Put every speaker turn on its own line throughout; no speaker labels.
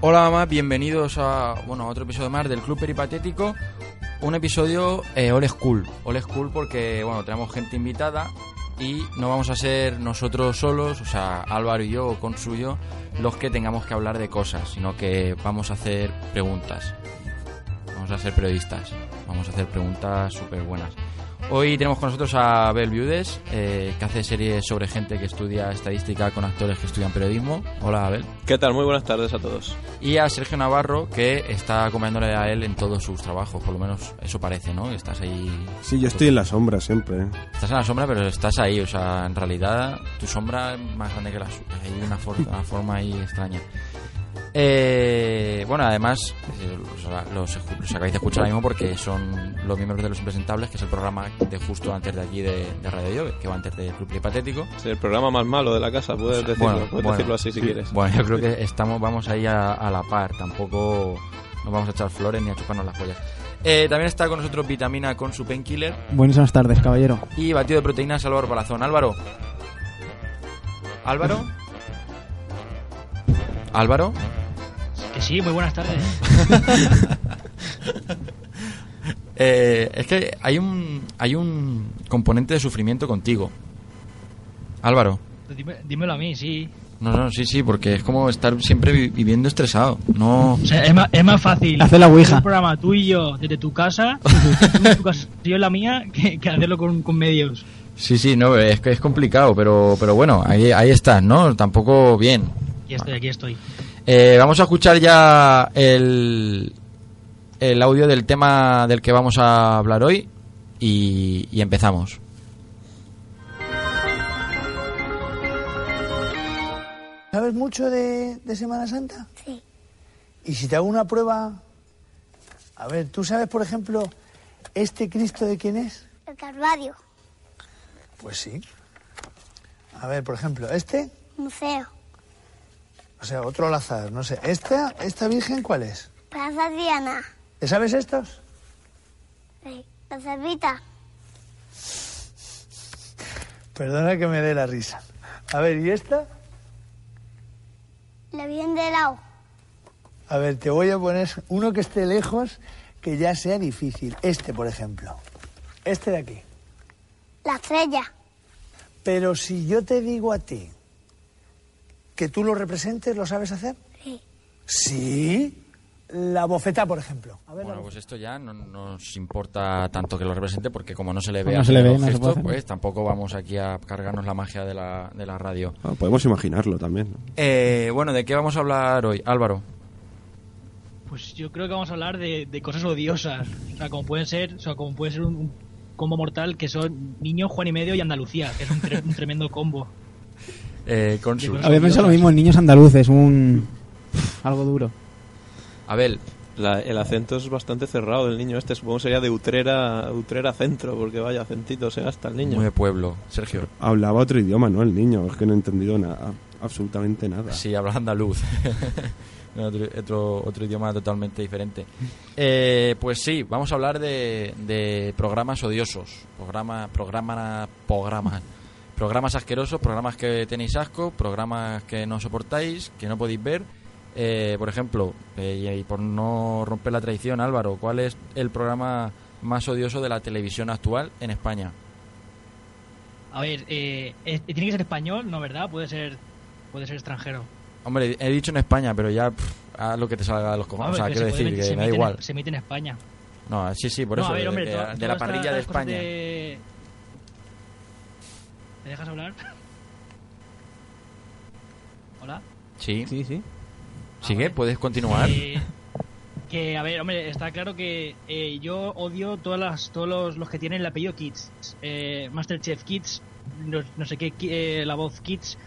Hola mamá, bienvenidos a bueno, a otro episodio más del Club Peripatético. Un episodio eh, old school. Old school porque bueno, tenemos gente invitada y no vamos a ser nosotros solos, o sea, Álvaro y yo o con suyo, los que tengamos que hablar de cosas, sino que vamos a hacer preguntas. Vamos a ser periodistas. Vamos a hacer preguntas súper buenas. Hoy tenemos con nosotros a Bel Viudes, eh, que hace series sobre gente que estudia estadística con actores que estudian periodismo. Hola, Abel
¿Qué tal? Muy buenas tardes a todos.
y a Sergio Navarro, que está acompañándole a él en todos sus trabajos, por lo menos eso parece, ¿no? Estás ahí. pues,
Sí, yo estoy en la sombra siempre. ¿eh?
Estás en la sombra, pero estás ahí, o sea, en realidad tu sombra es más grande que la suya. Hay una, for- una forma ahí extraña. Eh, bueno, además, eh, los, los escu- los acabáis de escuchar ahora mismo porque son los miembros de Los Impresentables, que es el programa de justo antes de aquí de, de Radio Llove, que va antes del Club Patético.
Es el programa más malo de la casa, puedes
Sí,
decirlo,
bueno,
puedes
bueno,
decirlo así si quieres.
Bueno, yo creo que estamos, vamos ahí a, a la par, tampoco nos vamos a echar flores ni a chuparnos las pollas. Eh, también está con nosotros Vitamina con su painkiller
Buenas tardes, caballero.
y batido de proteínas Álvaro Palazón. Álvaro. Álvaro. Álvaro.
Que sí, muy buenas tardes.
Eh, es que hay un, hay un componente de sufrimiento contigo. Álvaro.
Pues Dime- dímelo a mí, sí.
No, no, sí, sí, porque es como estar siempre vi- viviendo estresado. No.
O sea, es, más, es más fácil
Hacer la ouija.
un programa tú y yo desde tu casa, tú en tu casa y yo en la mía, que, que hacerlo con, con medios.
Sí, sí, no, es que es complicado, pero, pero bueno, ahí, ahí estás, ¿no? Tampoco bien.
Aquí estoy, aquí estoy.
Eh, vamos a escuchar ya el, el audio del tema del que vamos a hablar hoy y, y empezamos.
¿Sabes mucho de, de Semana Santa? Sí. Y si te hago una prueba, a ver, ¿tú sabes, por ejemplo, este Cristo de quién es?
El Carvadio,
Pues sí. A ver, por ejemplo, este,
museo,
o sea, otro al azar, no sé. ¿Esta, esta virgen cuál es?
Plaza Diana,
¿Te sabes estos?
eh, Plaza Vita,
Perdona que me dé la risa. A ver, ¿y esta?
la Virgen del Lao,
A ver, te voy a poner uno que esté lejos, que ya sea difícil. Este, por ejemplo. Este de aquí.
la estrella,
Pero si yo te digo a ti que tú lo representes, ¿lo sabes hacer?
sí,
Sí. La bofeta, por ejemplo. A ver, la
Bueno, pues esto ya no nos importa tanto que lo represente porque como no se le ve,
Como no
a
se le ve,
los
no se
gestos,
puede hacer.
pues tampoco vamos aquí a cargarnos la magia de la, de la radio.
Ah, podemos imaginarlo también. ¿no?
Eh, bueno, ¿de qué vamos a hablar hoy, Álvaro?
Pues yo creo que vamos a hablar de, de cosas odiosas. O sea, como pueden ser, o sea, como puede ser un, un combo mortal que son niño, Juan y medio y Andalucía, que es un, tre- un tremendo combo.
Eh, Consul.
Yo
Había pensado lo mismo en niños andaluces, un. algo duro.
Abel,
La- el acento es bastante cerrado del niño este, supongo que sería de Utrera, Utrera Centro, porque vaya acentito se gasta el niño.
muy de pueblo. Sergio.
Hablaba otro idioma, ¿no? El niño, es que no he entendido nada, absolutamente nada.
Sí, habla andaluz. No, otro, otro, otro idioma totalmente diferente. Eh, pues sí, vamos a hablar de, de programas odiosos. Programa, programa, programas. Programas asquerosos, programas que tenéis asco, programas que no soportáis, que no podéis ver. Eh, por ejemplo, eh, y- y por no romper la tradición, Álvaro, ¿cuál es el programa más odioso de la televisión actual en España?
A ver, eh, eh, tiene que ser español, ¿no? ¿Verdad? Puede ser, puede ser extranjero.
Hombre, he dicho en España, pero ya pff, haz lo que te salga de los
Hombre,
cojones. O sea,
que
quiero
se puede
decir
meter-
que
se
me da
mete en-
igual.
Se mete en España.
No, sí, sí, por
no,
eso.
a ver, hombre,
de,
to-
de la
todas estas
parrilla de
cosas
España.
de- ¿Me dejas hablar? Hola.
Sí.
Sí, sí.
Sigue,
vale.
puedes continuar.
Eh, que, a ver, hombre, está claro que eh, yo odio todas las, todos los, los que tienen el apellido Kids. Eh, Masterchef Kids, no, no sé qué, Ki- eh, La Voz Kids,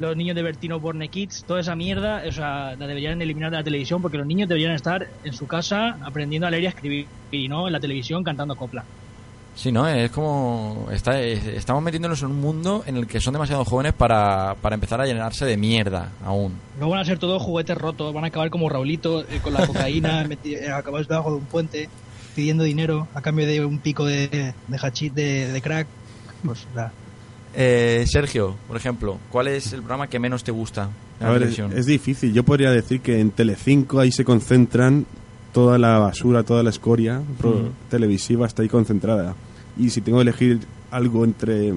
los niños de Bertino Borne Kids, toda esa mierda, o sea, la deberían eliminar de la televisión porque los niños deberían estar en su casa aprendiendo a leer y a escribir y no en la televisión cantando copla.
Sí, no, es como. Está, es- estamos metiéndonos en un mundo en el que son demasiado jóvenes para, para empezar a llenarse de mierda aún.
Luego van a ser todos juguetes rotos, van a acabar como Raulito eh, con la cocaína, meti- eh, acabados debajo de un puente pidiendo dinero a cambio de un pico de, de hachís de, de crack. Pues nada.
Eh, Sergio, por ejemplo, ¿cuál es el programa que menos te gusta de
A
la
ver, es,
televisión?
es difícil. Yo podría decir que en Telecinco ahí se concentran toda la basura, toda la escoria pro- televisiva está ahí concentrada. Y si tengo que elegir algo entre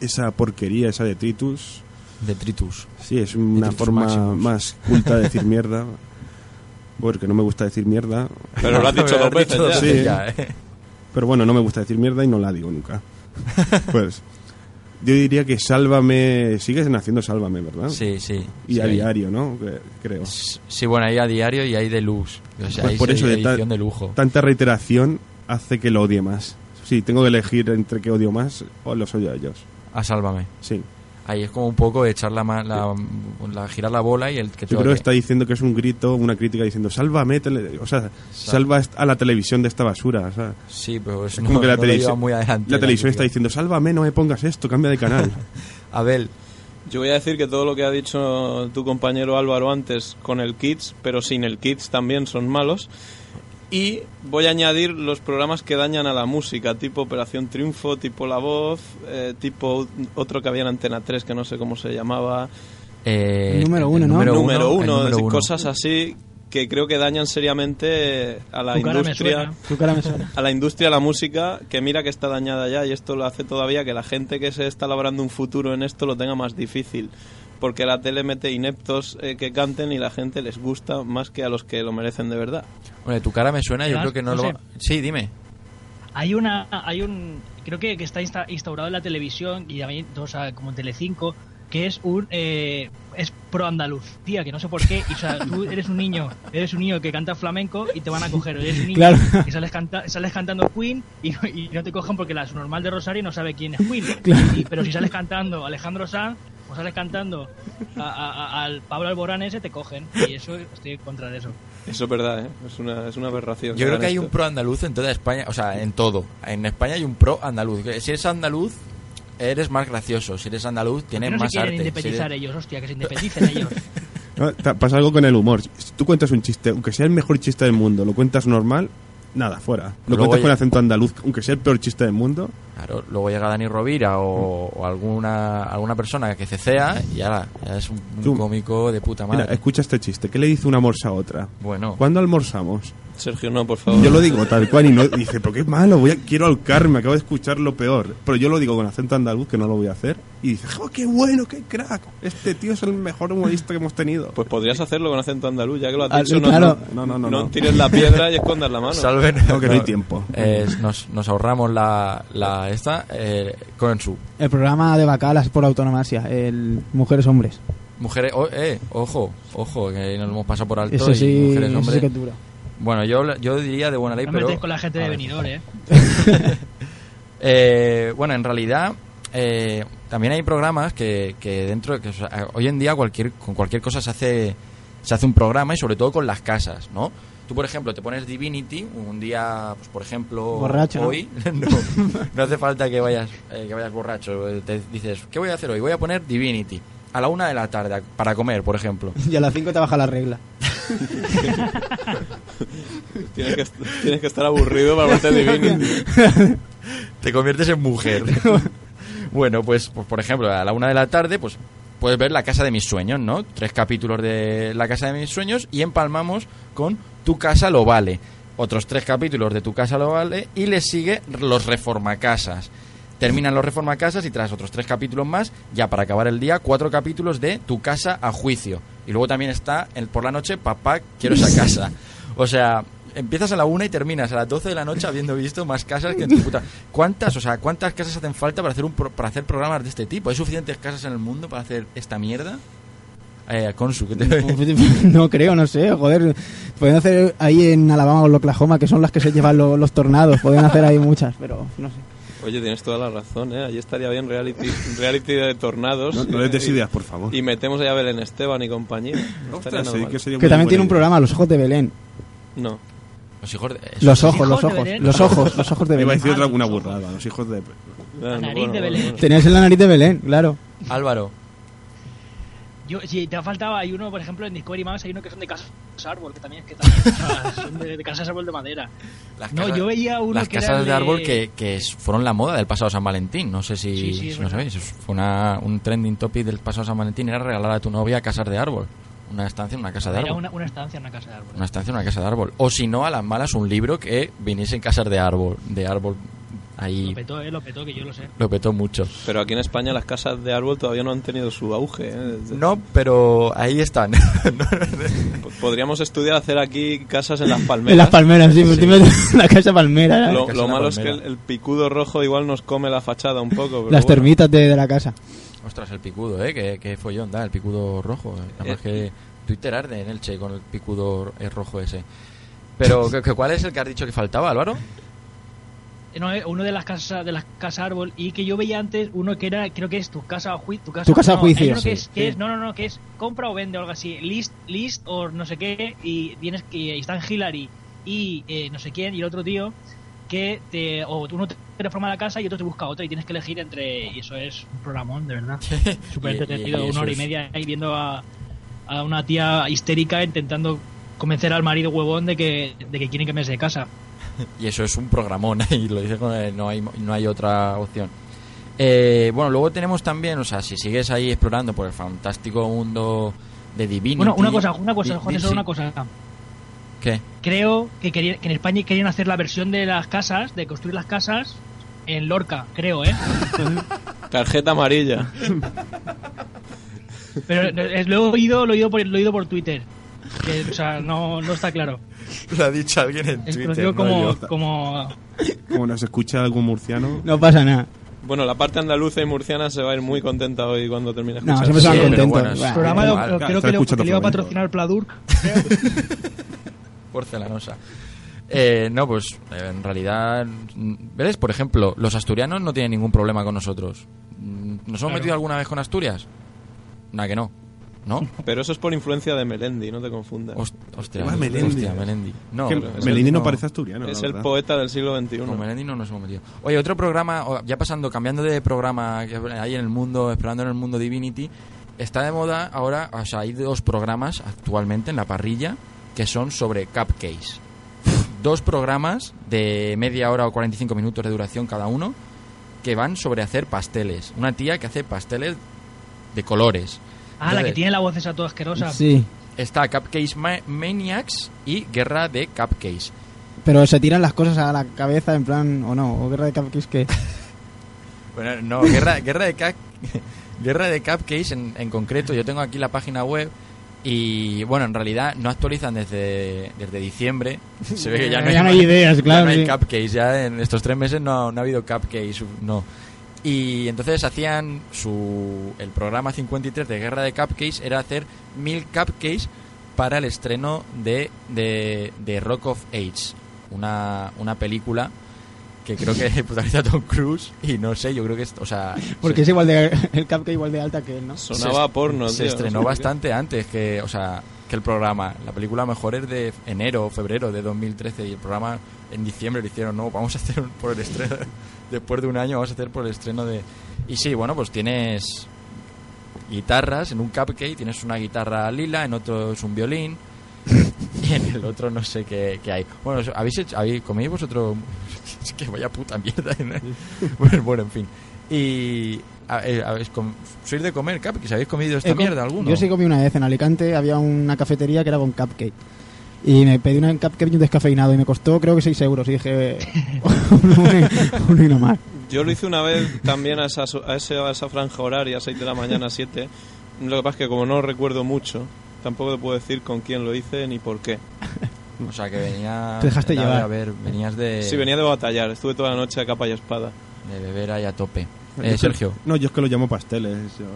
esa porquería, esa detritus,
Detritus.
sí, es una
Detritus
forma
maximus.
más culta de decir mierda. Porque no me gusta decir mierda.
Pero lo has dicho dos veces ya.
Sí.
ya, eh.
Pero bueno, no me gusta decir mierda y no la digo nunca. Pues yo diría que Sálvame, sigues haciendo Sálvame, ¿verdad?
Sí, sí.
Y
sí,
a
ahí.
diario, ¿no? Que- Creo.
Sí, bueno, hay a diario y hay de luz. O sea,
Pues
hay
por eso, de,
edición
tan-
de lujo.
tanta reiteración hace que lo odie más. Sí, tengo que elegir entre qué odio más o los odio a ellos.
A Ah, sálvame.
Sí.
Ahí es como un poco echar la, ma- la, la- girar la bola y el que te
Yo creo que
odie.
está diciendo que es un grito, una crítica diciendo, sálvame, tele-". o sea, salva est- a la televisión de esta basura. o sea,
Sí, pero es
es como que la, televisión,
muy adelante.
la televisión está
crítica.
diciendo, sálvame, no me pongas esto, cambia de canal.
Abel,
Yo voy a decir que todo lo que ha dicho tu compañero Álvaro antes con el Kids, pero sin el Kids también son malos. Y voy a añadir los programas que dañan a la música, tipo Operación Triunfo, tipo La Voz, eh, tipo otro que había en Antena 3 que no sé cómo se llamaba.
eh,
Número
el
uno, ¿no?
Número uno,
número
el
uno,
número
es decir,
uno.
cosas así que creo que dañan seriamente a la
Tu cara me
industria
suena.
Tu cara me suena.
a la industria de la música, que mira que está dañada ya y esto lo hace todavía que la gente que se está labrando un futuro en esto lo tenga más difícil. Porque la tele mete ineptos eh, que canten y la gente les gusta más que a los que lo merecen de verdad.
Hombre, tu cara me suena, yo creo
Además,
que no,
no
lo
sé.
va- Sí, dime.
Hay una, hay un, creo que, que está insta- instaurado en la televisión y también, o sea, como en Telecinco, que es un, eh, es pro Andalucía, que no sé por qué, y, o sea, tú eres un niño, eres un niño que canta flamenco y te van a coger, eres un niño
Claro.
y sales, canta- sales cantando Queen y, no- y no te cogen porque la normal de Rosario no sabe quién es Queen, Y- pero si sales cantando Alejandro Sanz o sales cantando a- a- a- al Pablo Alborán ese te cogen y eso estoy en contra de eso.
Eso es verdad, ¿eh? es, una, es una aberración.
Yo creo
hagan
que hay
esto.
un pro andaluz en toda España, o sea, en todo. En España hay un pro andaluz. Que Si eres andaluz, eres más gracioso. Si eres andaluz,
Que
tienes
no se
más
quieren
arte. Si
independizar
eres-
ellos, hostia, que se independicen ellos.
No, Ah, ta- Pasa algo con el humor. Si tú cuentas un chiste, aunque sea el mejor chiste del mundo, lo cuentas normal, nada, fuera. Lo
Luego
cuentas
ya-
con acento andaluz, aunque sea el peor chiste del mundo,
Claro, luego llega Dani Rovira o, o alguna alguna persona que cecea y ahora ya es un, un
Tú-
cómico de
Ah,
puta madre.
Mira, escucha este chiste. ¿Qué le dice una morsa a otra?
Oh.
bueno,
¿Cuándo almorzamos?
Sergio, no, por favor.
Yo lo digo tal cual y no dice, pero qué malo, voy a- quiero ahorcarme, acabo de escuchar lo peor. Pero yo lo digo con acento andaluz, que no lo voy a hacer. Y dice, ¡oh, qué bueno, qué crack! Este tío es el mejor humorista que hemos tenido.
Pues podrías hacerlo con acento andaluz, ya que lo has
Ah,
dicho. No,
claro.
no,
No, no, no,
no
no.
tires la piedra y escondas la mano.
salven.
No, que no hay tiempo.
Eh, nos, nos ahorramos la, la esta eh, con su
El programa de Bacalas por autonomasia, el Mujeres Hombres.
mujeres. o- eh, ojo, ojo, que nos hemos pasado por alto
Eso
y
sí,
mujeres
eso
hombres.
sí que es duro.
Bueno, yo yo diría de buena ley,
No me
pero
metáis con la gente
a
de
ver.
venidor, eh.
Eh, bueno, en realidad eh, también hay programas que, que dentro que o sea, hoy en día cualquier con cualquier cosa se hace se hace un programa y sobre todo con las casas, ¿no? Tú por ejemplo te pones Divinity un día, pues por ejemplo
Borracho, ¿no?
hoy, no, no hace falta que vayas eh, que vayas borracho, Eh, te dices qué voy a hacer hoy, voy a poner Divinity a la una de la tarde a- para comer, por ejemplo.
Y a las 5 te baja la regla.
Tienes, que, est- tienes que estar aburrido para verte divino.
Te conviertes en mujer. bueno, pues, pues, por ejemplo, a la una de la tarde, pues puedes ver La Casa de Mis Sueños, ¿no? Tres capítulos de La Casa de Mis Sueños y empalmamos con Tu Casa Lo Vale. Otros tres capítulos de Tu Casa Lo Vale y le sigue Los Reformacasas. Terminan los reformacasas y tras otros tres capítulos más, ya para acabar el día, cuatro capítulos de Tu casa a juicio. Y luego también está el por la noche, papá, quiero esa casa. O sea, empiezas a la una y terminas a las 12 de la noche habiendo visto más casas que en tu puta. ¿Cuántas, o sea, cuántas casas hacen falta para hacer un pro- para hacer programas de este tipo? ¿Hay suficientes casas en el mundo para hacer esta mierda? Eh, Consu, que te
No creo, no sé, joder. Pueden hacer ahí en Alabama o en Oklahoma, que son las que se llevan lo- los tornados. Pueden hacer ahí muchas, pero no sé.
Oye, tienes toda la razón, ¿eh? Ahí estaría bien reality, reality de tornados.
No, no les des
Y-
ideas, por favor.
Y metemos allá a Belén Esteban y compañía. No estaría
Ostras,
nada
sí,
mal.
que sería
Que
muy
también
buena
tiene un
idea.
programa, Los Ojos de Belén.
No.
Los hijos de- eso-
Los ojos, los
Hijos de
ojos,
Belén.
los ojos, los ojos de
Me iba a
Belén.
decir otra alguna burrada, los hijos de...
Bueno,
nariz
bueno,
de
bueno,
Belén.
bueno.
Tenías en la nariz de Belén, claro.
Álvaro,
Yo, si te ha faltado, hay uno, por ejemplo, en Discovery Max, hay uno que son de casas árbol, que también es que tal, son de, de casas árbol de madera.
las
No,
casas,
yo veía uno
las
que era
casas de
de-
árbol que, que es- fueron la moda del pasado San Valentín. No sé si,
Sí, sí, es
si lo
verdad.
sabéis. es- Fue una- un trending topic del pasado San Valentín. Era regalar a tu novia casas de árbol. Una estancia en una casa de
Era
árbol.
una, una estancia en una casa de árbol.
una estancia en una casa de árbol. O si no, a las malas, un libro que viniese en casas de árbol. De árbol. Ahí
Lo petó, eh, lo petó, que yo lo sé.
lo petó mucho.
Pero aquí en España las casas de árbol todavía no han tenido su auge. ¿eh?
No, pero ahí están.
P- Podríamos estudiar hacer aquí casas en las palmeras.
En las palmeras, sí, pues dime la casa palmera,
Lo,
Casas
lo
en la
malo es que
palmera.
el, el picudo rojo igual nos come la fachada un poco. pero
las
bueno.
termitas de, de la casa.
Ostras, el picudo, ¿eh? Qué, qué follón da, el picudo rojo. Nada más
Eh,
que Twitter arde en el Che con el picudo eh, rojo ese. Pero, ¿qué- qué- ¿cuál es el que has dicho que faltaba, Álvaro?
Eh, No, eh, uno de las casas de las casas árbol y que yo veía antes uno que era creo que es tu casa a juicio tu casa,
Tu casa a
no,
juicio.
hay uno que
Sí,
es, que es- no no no que es compra o vende o algo así list list o no sé qué y tienes que y están Hillary y eh, no sé quién y el otro tío que te o uno te reforma la casa y otro te busca otra y tienes que elegir entre y eso es un programón de verdad
Y-
súper
y-
entretenido
y eso
una hora y
es-
media ahí viendo a, a una tía histérica intentando convencer al marido huevón de que de que quieren que me de casa
Y eso es un programón, y lo dice con el- no hay, no hay otra opción. Eh, bueno, luego tenemos también, o sea, si sigues ahí explorando por el fantástico mundo de Divinity...
bueno una cosa una cosa
Di-
José
di-
solo
sí.
una cosa
¿Qué?
creo que, querían, que en España querían hacer la versión de las casas, de construir las casas en Lorca, creo, ¿eh?
Tarjeta amarilla.
Pero eh, lo he oído, lo he oído por, lo he oído por Twitter. Que, o sea, no, no está claro.
Lo ha dicho alguien en
Es que lo digo como, como...
Como nos escucha algún murciano...
No pasa nada.
Bueno, la parte andaluza y murciana se va a ir muy contenta hoy cuando termine.
No,
Sí,
escuchando.
siempre se van
pero
contentos.
bueno,
Bah,
programa lo-
claro,
lo-
está
creo que, lo-
escuchando
que le iba a
flamenco.
patrocinar Pladur.
porcelanosa. Eh, no, pues eh, en realidad, mm, ¿ves? Por ejemplo, los asturianos no tienen ningún problema con nosotros. Mm, ¿Nos hemos
Claro.
metido alguna vez con Asturias? Nada que no. ¿No?
Pero eso es por influencia de Melendi, no te confundas.
Host- Hostia,
Ah, Melendi.
hostia, Melendi. No,
Que
pero-
Melendi no
no.
parece asturiano,
es
la
el
verdad.
poeta del siglo XXI.
Con Melendi no nos hemos metido. Oye, otro programa, o- ya pasando, cambiando de programa que hay en el mundo, explorando en el mundo Divinity, está de moda ahora, o sea, hay dos programas actualmente en la parrilla que son sobre cupcakes. Dos programas de media hora o 45 minutos de duración cada uno que van sobre hacer pasteles. Una tía que hace pasteles de colores.
Ah, la que
Entonces,
tiene la voz esa toda asquerosa.
Sí,
Está Cupcakes Ma- Maniacs y Guerra de Cupcakes.
pero se tiran las cosas a la cabeza en plan, o no, o guerra de cupcakes que...
Bueno, no, guerra, guerra de Cup- guerra de cupcakes en, en concreto. Yo tengo aquí la página web y bueno, en realidad no actualizan desde, desde diciembre. Se ve que ya no,
Ya no hay ideas,
ya
Pues claro,
no hay
sí.
cupcakes. Ya en estos tres meses no, no ha habido cupcakes, no. Y entonces hacían su el programa 53 de Guerra de Cupcakes era hacer mil cupcakes para el estreno de, de, de Rock of Age, una, una película que creo que protagoniza Tom Cruise y no sé, yo creo que es, o sea,
Porque es igual de... el cupcake igual de alta que él, ¿no?
Sonaba a porno,
se
tío.
estrenó bastante antes que, o sea, que el programa. La película a lo mejor es de enero o febrero de 2013 y el programa en diciembre lo hicieron, no, vamos a hacer un- por el estreno, después de un año vamos a hacer por el estreno de... Y sí, bueno, pues tienes guitarras, en un cupcake tienes una guitarra lila, en otro es un violín y en el otro no sé qué, qué hay. Bueno, ¿habéis hecho, habéis, coméis vosotros... Es que vaya puta mierda. ¿no? bueno, bueno, en fin. Y... a- eh, habéis com- ¿Sois de comer cupcakes? ¿Habéis comido esta
He com-
mierda alguno?
Yo sí comí una vez en Alicante, había una cafetería que era con cupcake. Y me pedí una cupcake y un descafeinado y me costó creo que 6 euros. Y dije, uno y- uno y no más.
Yo lo hice una vez también a esa, a ese- a esa franja horaria, 6 de la mañana, 7. Lo que pasa es que como no recuerdo mucho, tampoco te puedo decir con quién lo hice ni por qué.
O sea, que venía...
Te dejaste
a ver,
llevar.
A ver, venías de,
Sí, venía de batallar, estuve toda la noche a capa y espada.
de beber ahí a tope.
Yo
Eh,
es que-
Sergio,
No, yo es que lo llamo pasteles. Yo...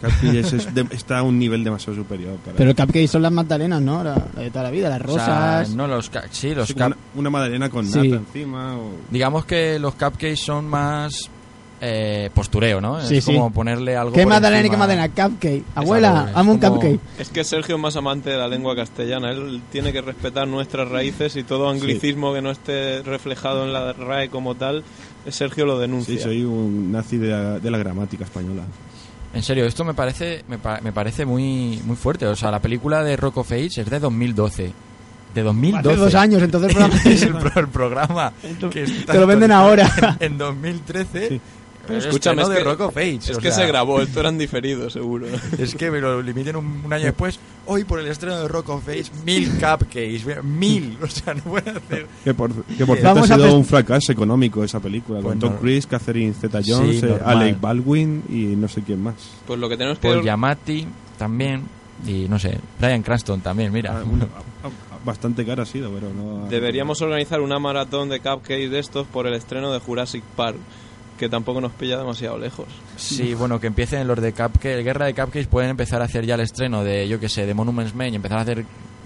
Carpilles es de- está a un nivel demasiado superior. Para...
Pero el cupcake son las magdalenas, ¿no? La, la de toda la vida, las
o sea,
rosas.
no, los... ca- Sí, los...
Sí, como
cap-
una, una magdalena con nata
Sí.
encima. O...
Digamos que los cupcakes son más eh, postureo, ¿no?
Sí,
es
sí.
como ponerle algo
¿Qué
por
magdalena y qué
encima.
magdalena? Cupcake. Abuela,
es
amo un
como-
cupcake.
Es que Sergio es más amante de la lengua castellana, él tiene que respetar nuestras raíces y todo anglicismo que no esté reflejado en la RAE como tal, Sergio lo denuncia.
Sí, soy un nazi de la, de la gramática española.
En serio, esto me parece me, pa- me parece muy muy fuerte. O sea, la película de Rock of Age es de 2012. De 2012.
Hace dos años, entonces.
es el, pro- el programa que está
Te lo venden ahora.
En, en 2013.
Pero
el estreno
escúchame, es
de
que,
Rock of Age.
es
o
que
sea,
se grabó, esto eran diferidos, seguro.
Es que me lo limiten un, un año después. Hoy por el estreno de Rock of Age, mil cupcakes. Mil. O sea, no puede hacer.
Que por, que por
Eh, Vamos
cierto ha
a
sido
fest-
un fracaso económico esa película.
Pues
con Tom
no.
Cruise, Catherine Zeta-Jones,
Sí,
eh,
normal.
Alec Baldwin y no sé quién más.
Pues lo que tenemos que...
Paul Yamati también. Y no sé, Brian Cranston también, mira.
Ah, bueno, a- a- a- bastante cara ha sido, pero no...
Deberíamos organizar una maratón de cupcakes de estos por el estreno de Jurassic Park, que tampoco nos pilla demasiado lejos.
Sí, bueno, que empiecen los de Cupcake, Guerra de Cupcakes pueden empezar a hacer ya el estreno de, yo que sé, de Monuments Men y empezar a hacer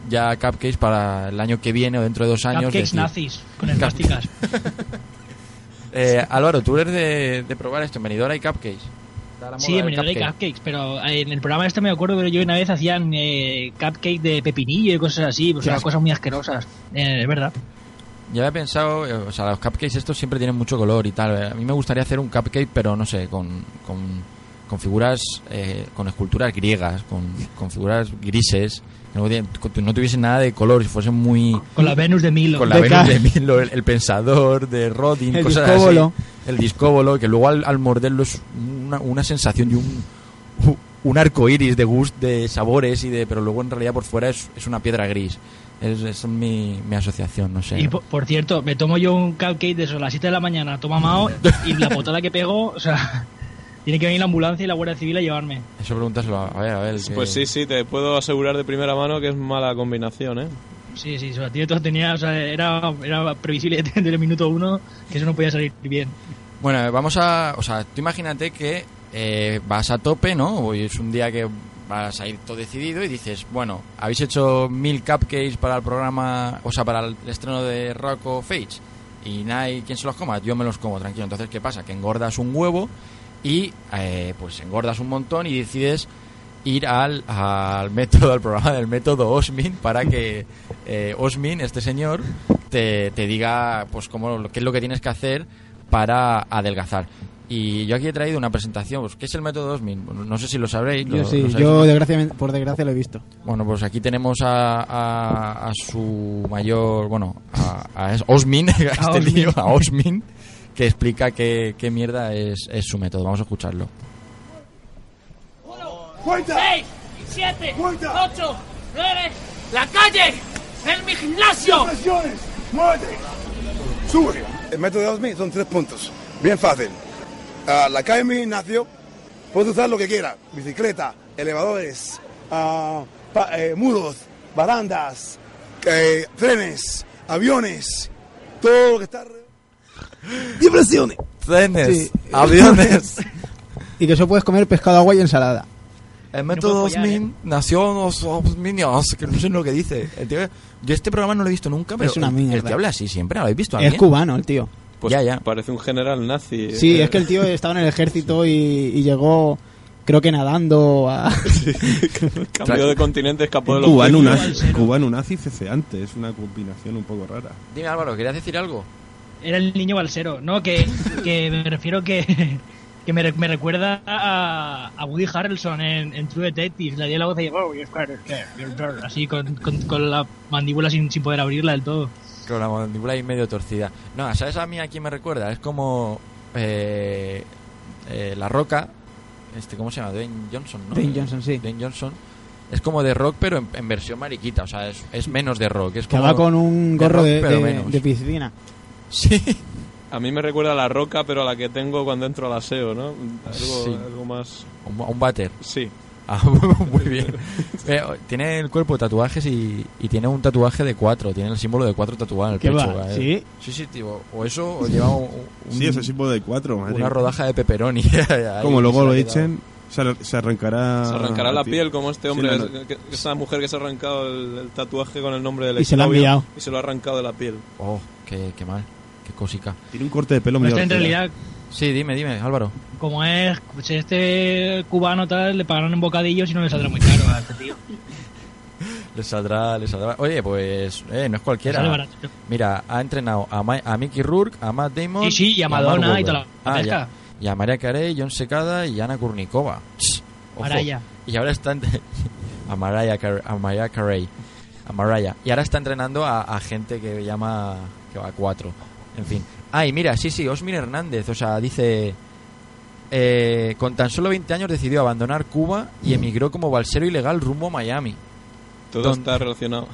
ya cupcakes para el año que viene o dentro de dos años.
Cupcakes
decir,
nazis, con esvásticas.
eh, Álvaro, tú eres de, de probar esto, en Benidorm hay cupcakes. Está la
Sí,
moda
en
del
Benidorm hay
cupcake.
cupcakes, pero eh, en el programa este me acuerdo que yo una vez hacían eh, cupcake de pepinillo y cosas así, pues
Qué
eran
asco.
cosas muy asquerosas, eh, es verdad.
Yo había pensado, eh, o sea, los cupcakes estos siempre tienen mucho color y tal. eh, A mí me gustaría hacer un cupcake, pero no sé, con, con, con figuras, eh, con esculturas griegas, con, con figuras grises, que no, tienen- no tuviesen nada de color, si fuesen muy...
Con la Venus de Milo.
con la
De
Venus
ca-
de Milo, el, el pensador de Rodin,
El
cosas
discóbolo.
así. El discóbolo, que luego al, al morderlo es una, una sensación y un, un arco iris de gusto, de sabores, y de pero luego en realidad por fuera es, es una piedra gris. Es, es mi, mi asociación, no sé.
Y po- por, cierto, me tomo yo un cupcake de eso a las 7 de la mañana, toma Mao, y la potada que pego, o sea, tiene que venir la ambulancia y la Guardia Civil a llevarme.
Eso pregúntaselo a, a ver, a ver. que-
Pues sí, sí, te puedo asegurar de primera mano que es mala combinación, ¿eh?
Sí, sí, sobre todo tenía, o sea, era, era previsible desde el minuto uno que eso no podía salir bien.
Bueno, eh, vamos a. O sea, tú imagínate que eh, vas a tope, ¿no? Hoy es un día que vas a ir todo decidido y dices, bueno, habéis hecho mil cupcakes para el programa, o sea, para el estreno de Rock of Age y nadie, ¿quién se los coma? Yo me los como, tranquilo. Entonces, ¿qué pasa? Que engordas un huevo y eh, pues engordas un montón y decides ir al, al método, al programa del método Osmin para que eh, Osmin, este señor, te, te diga pues cómo, qué es lo que tienes que hacer para adelgazar. Y yo aquí he traído una presentación, pues, ¿qué es el método Osmin? Bueno, No sé si lo sabréis. lo-
Yo sí,
lo sabéis.
yo desgraciadamente, por desgracia lo he visto.
Bueno, pues aquí tenemos a, a, a su mayor, bueno, a, a es- Osmin, a este
Osmin.
tío, a Osmin, que explica qué, qué mierda es, es su método. Vamos a escucharlo.
6, 7, 8, 9, la calle, en mi gimnasio.
¡Muévete! ¡Sube! El método de Osmi son tres puntos. Bien fácil. Ah, la calle en mi gimnasio, puedes usar lo que quieras. Bicicleta, elevadores, ah, pa- eh, muros, barandas, eh, trenes, aviones, todo lo que está... alrededor. ¡Vibraciones!
Trenes,
Sí. Y que eso puedes comer pescado, agua y ensalada.
El
puedo
método
follar,
Osmin
¿eh?
nació en los Osminios, que no sé lo que dice. El tío- yo este programa no lo he visto nunca, pero
Es una
el- el,
mierda.
que habla así siempre, ¿lo habéis visto
Es
alguien?
cubano el tío.
Pues
Ya, ya.
parece un general nazi. ¿eh?
Sí, es que el tío estaba en el ejército y, y llegó, creo que nadando a...
Cambio de continente, escapó de los...
Cubano
tercios.
nazi, cubano nazi ceceante. Es una combinación un poco rara.
Dime Álvaro, ¿querías decir algo?
Era el niño balsero, ¿no? Que, que me refiero que, que me, re- me recuerda a, a Woody Harrelson en, en True Detective. Le dio la voz y "Oh, you're scared, scared, you're scared", así con, con, con la mandíbula sin, sin poder abrirla del todo.
Con la mandíbula ahí medio torcida. No, ¿sabes a mí a quién me recuerda? Es como eh, eh, La Roca, este, ¿cómo se llama? Dwayne Johnson, ¿no?
Dwayne Johnson, sí.
Dwayne Johnson. Es como de rock, pero en, en versión mariquita, o sea, es, es menos de rock. Es
que
como...
va con un
de
gorro
rock,
de,
pero
de-
menos.
de piscina.
Sí.
A mí me recuerda a la roca, pero a la que tengo cuando entro al aseo, ¿no? Algo,
Sí.
algo más...
Un, un váter.
Sí.
Ah, muy bien. Pero tiene el cuerpo de tatuajes y, y tiene un tatuaje de cuatro. Tiene el símbolo de cuatro tatuado en el
¿Qué
pecho.
va?
¿eh?
¿Sí?
sí, sí, tío. O eso, o lleva un- un-
Sí, ese tipo de cuatro, madre.
una rodaja de pepperoni. Ahí, que
Como
se
luego
le
lo
ha quedado.
echen, se, ar- se
Ah,
arrancará...
Se arrancará la
ti-
piel como este hombre,
Sí, no, no.
que- que- esa mujer que se ha arrancado el, el tatuaje con el nombre del
Y se lo ha
exnovio
enviado.
Y se lo ha arrancado de la piel.
Oh, qué, qué mal. Qué cosica.
Tiene un corte de pelo
Este,
medio
en
hortera.
realidad,
Sí, dime, dime, Álvaro.
como es pues, este cubano tal, le pagarán en bocadillos y no le saldrá muy caro a este tío.
Le saldrá, le saldrá. Oye, pues eh, no es
Le sale
cualquiera.
barato.
Mira, ha entrenado a, Ma- a Mickey Rourke, a Matt Damon.
Sí, sí, y a
Mark
Madonna y
Wahlberg.
toda la
Ah,
pesca.
ya. Y a María Carey, John Secada y Ana Kurnikova. Ch, ojo.
Maraya.
Y ahora está. entre- a Mariah Carey. A Mariah Carey. A Mariah. Y ahora está entrenando a, a gente que llama. que va a cuatro. En fin. Ay, mira, sí, sí, Osmin Hernández. O sea, dice. eh, con tan solo 20 años decidió abandonar Cuba y emigró como balsero ilegal rumbo a Miami
Todo
Don-
está relacionado.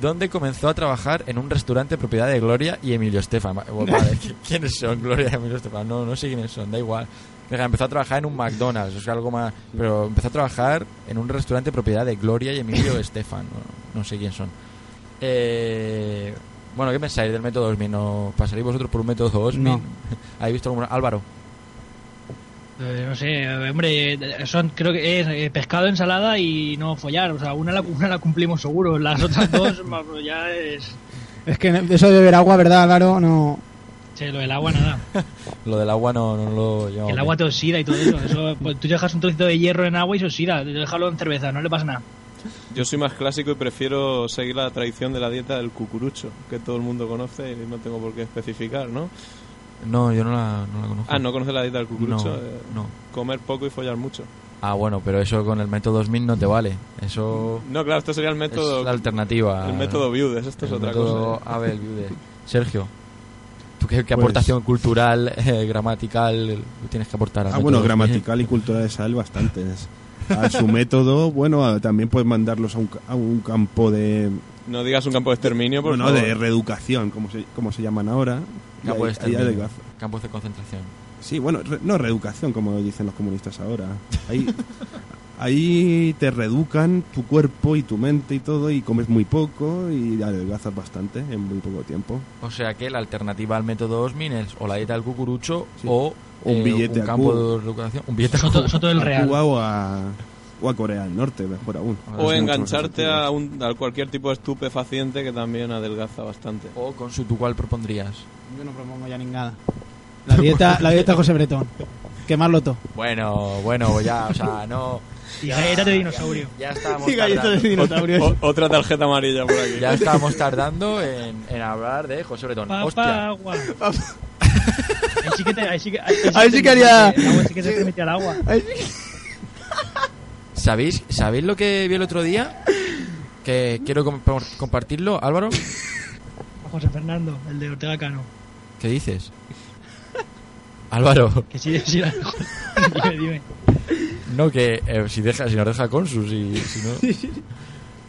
donde comenzó a trabajar en un restaurante propiedad de Gloria y Emilio Estefan. Va- vale, ¿qui- ¿quiénes son Gloria y Emilio Estefan? No, no sé quiénes son, da igual. Venga, empezó a trabajar en un McDonald's, o sea, algo más. Pero empezó a trabajar en un restaurante propiedad de Gloria y Emilio Estefan. No, no sé quién son. Eh, bueno, ¿qué pensáis del método Osmin? ¿No ¿Pasaréis vosotros por un método Osmin?
No.
¿Habéis visto alguna? Álvaro.
Eh, no sé, hombre, eh, son creo que es eh, pescado, ensalada y no follar. O sea, una la, una la cumplimos seguro, las otras dos vamos, ya es...
Es que eso de beber agua, ¿verdad, Álvaro? No.
Che, lo del agua nada.
Lo del agua no, no lo llevamos
El
bien.
agua te oxida y todo eso. eso pues, tú dejas un trocito de hierro en agua y se oxida. Déjalo en cerveza, no le pasa nada.
Yo soy más clásico y prefiero seguir la tradición de la dieta del cucurucho, que todo el mundo conoce y no tengo por qué especificar, ¿no?
No, yo no la, no la conozco.
Ah, ¿no conoces la dieta del cucurucho?
No,
Eh,
no.
Comer poco y follar mucho.
Ah, bueno, pero eso con el método 2000 no te vale. Eso
No, claro, esto sería el método...
es la alternativa.
El método viudes, esto es
El
otra
método
cosa. ¿eh?
Abel Viude. ¿eh? Sergio, ¿tú qué, qué
Pues-
aportación cultural, eh, gramatical tienes que aportar? al
Ah, bueno,
método 2000?
gramatical y cultura de sal bastantes. A su método, bueno, a- también puedes mandarlos a un, ca- a un campo de...
No digas un campo de exterminio, por
Bueno,
favor.
de reeducación, como se, como se llaman ahora. Y
Campo este, de
ahí- ahí
exterminio,
adelgaza.
campos de concentración.
Sí, bueno, re- no reeducación, como dicen los comunistas ahora. Ahí, ahí te reeducan tu cuerpo y tu mente y todo, y comes muy poco y adelgazas bastante en muy poco tiempo.
O sea que la alternativa al método 2000 es o la dieta del cucurucho
Sí.
o eh,
Un billete
un
a
campo
Cuba.
de educación. Un billete a
Soto,
Cuba.
soto del
a
Real.
Cuba o a, o a Corea del Norte, mejor aún.
O
Es mucho más
engancharte
efectivo.
a, un, a cualquier tipo de estupefaciente que también adelgaza bastante.
O con su, ¿tú cuál propondrías?
Yo no propongo ya ninguna. La dieta, la dieta José Bretón. Quemarlo todo.
Bueno, bueno, pues ya, o sea, no.
Y galleta de dinosaurio.
Ya estábamos.
Y galletas de
tardando.
dinosaurio.
O- otra tarjeta amarilla por aquí.
Ya estábamos tardando en, en hablar de José Bretón.
Papá,
Hostia.
agua. Ahí sí que te- ahí sí que- ahí- ahí
Ahí
te
sí que
permite-
haría-
el agua sí que te permite el agua.
¿Sabéis, ¿Sabéis lo que vi el otro día? Que quiero com- compartirlo, Álvaro.
José Fernando, el de Ortega Cano.
¿Qué dices? Álvaro,
Que sí, sí, la- dime, dime.
no que eh, si deja, si nos deja con sus y si no.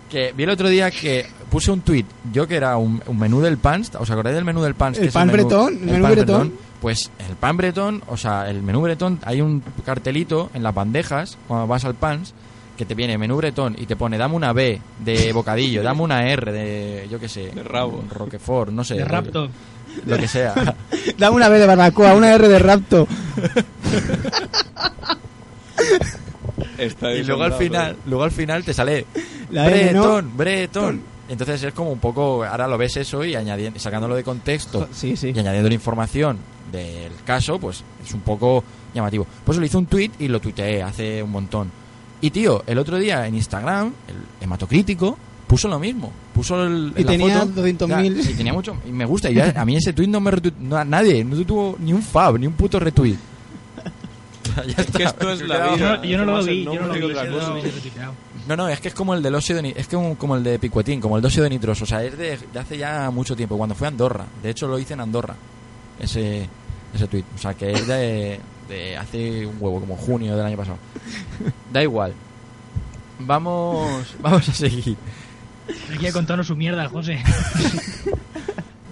Que vi el otro día que puse un tweet, yo que era un, un menú del Pans, ¿os acordáis del menú del Pans?
¿El
que es
pan
menú-
bretón? ¿El menú bretón?
Pues el pan bretón, o sea, el menú bretón, hay un cartelito en las bandejas cuando vas al Pans que te viene menú bretón y te pone dame una B de bocadillo, dame una R de yo qué sé,
De rabo.
Roquefort, no sé,
De
lo-
rapto.
lo que sea.
Dame una B de barbacoa, una R de rapto.
Está
y luego al
desmontado.
final, luego al final te sale
La
Bretón,
M, ¿no?
Bretón. Entonces es como un poco, ahora lo ves eso y añadiendo, sacándolo de contexto
Sí, sí.
y añadiendo la información del caso, pues es un poco llamativo. Por eso le hice un tweet y lo tuiteé hace un montón. Y tío, el otro día en Instagram, el hematocrítico puso lo mismo. Puso el,
Y
la
tenía
foto,
200.000.
ya, Y tenía mucho. Y me gusta. Y ya, a mí ese tweet no me retu- no, nadie, no tuvo ni un fab, ni un puto retweet. Ya
Es que
está.
esto es
Me
la
quedaba-
Yo
vida.
no, yo no lo
Más el
vi, yo no lo
nombre
vi.
que otra
yo no
cosa.
lo vi, yo lo he tuiteado.
No, no, es que es como el del óxido, ni- es que un- como el de Picuetín, como el de óxido de nitroso, o sea, es de, de hace ya mucho tiempo, cuando fue a Andorra. De hecho, lo hice en Andorra, ese, ese tweet. O sea, que es de, de hace un huevo, como junio del año pasado. Da igual. Vamos, vamos a seguir.
Aquí ha contado su mierda, José.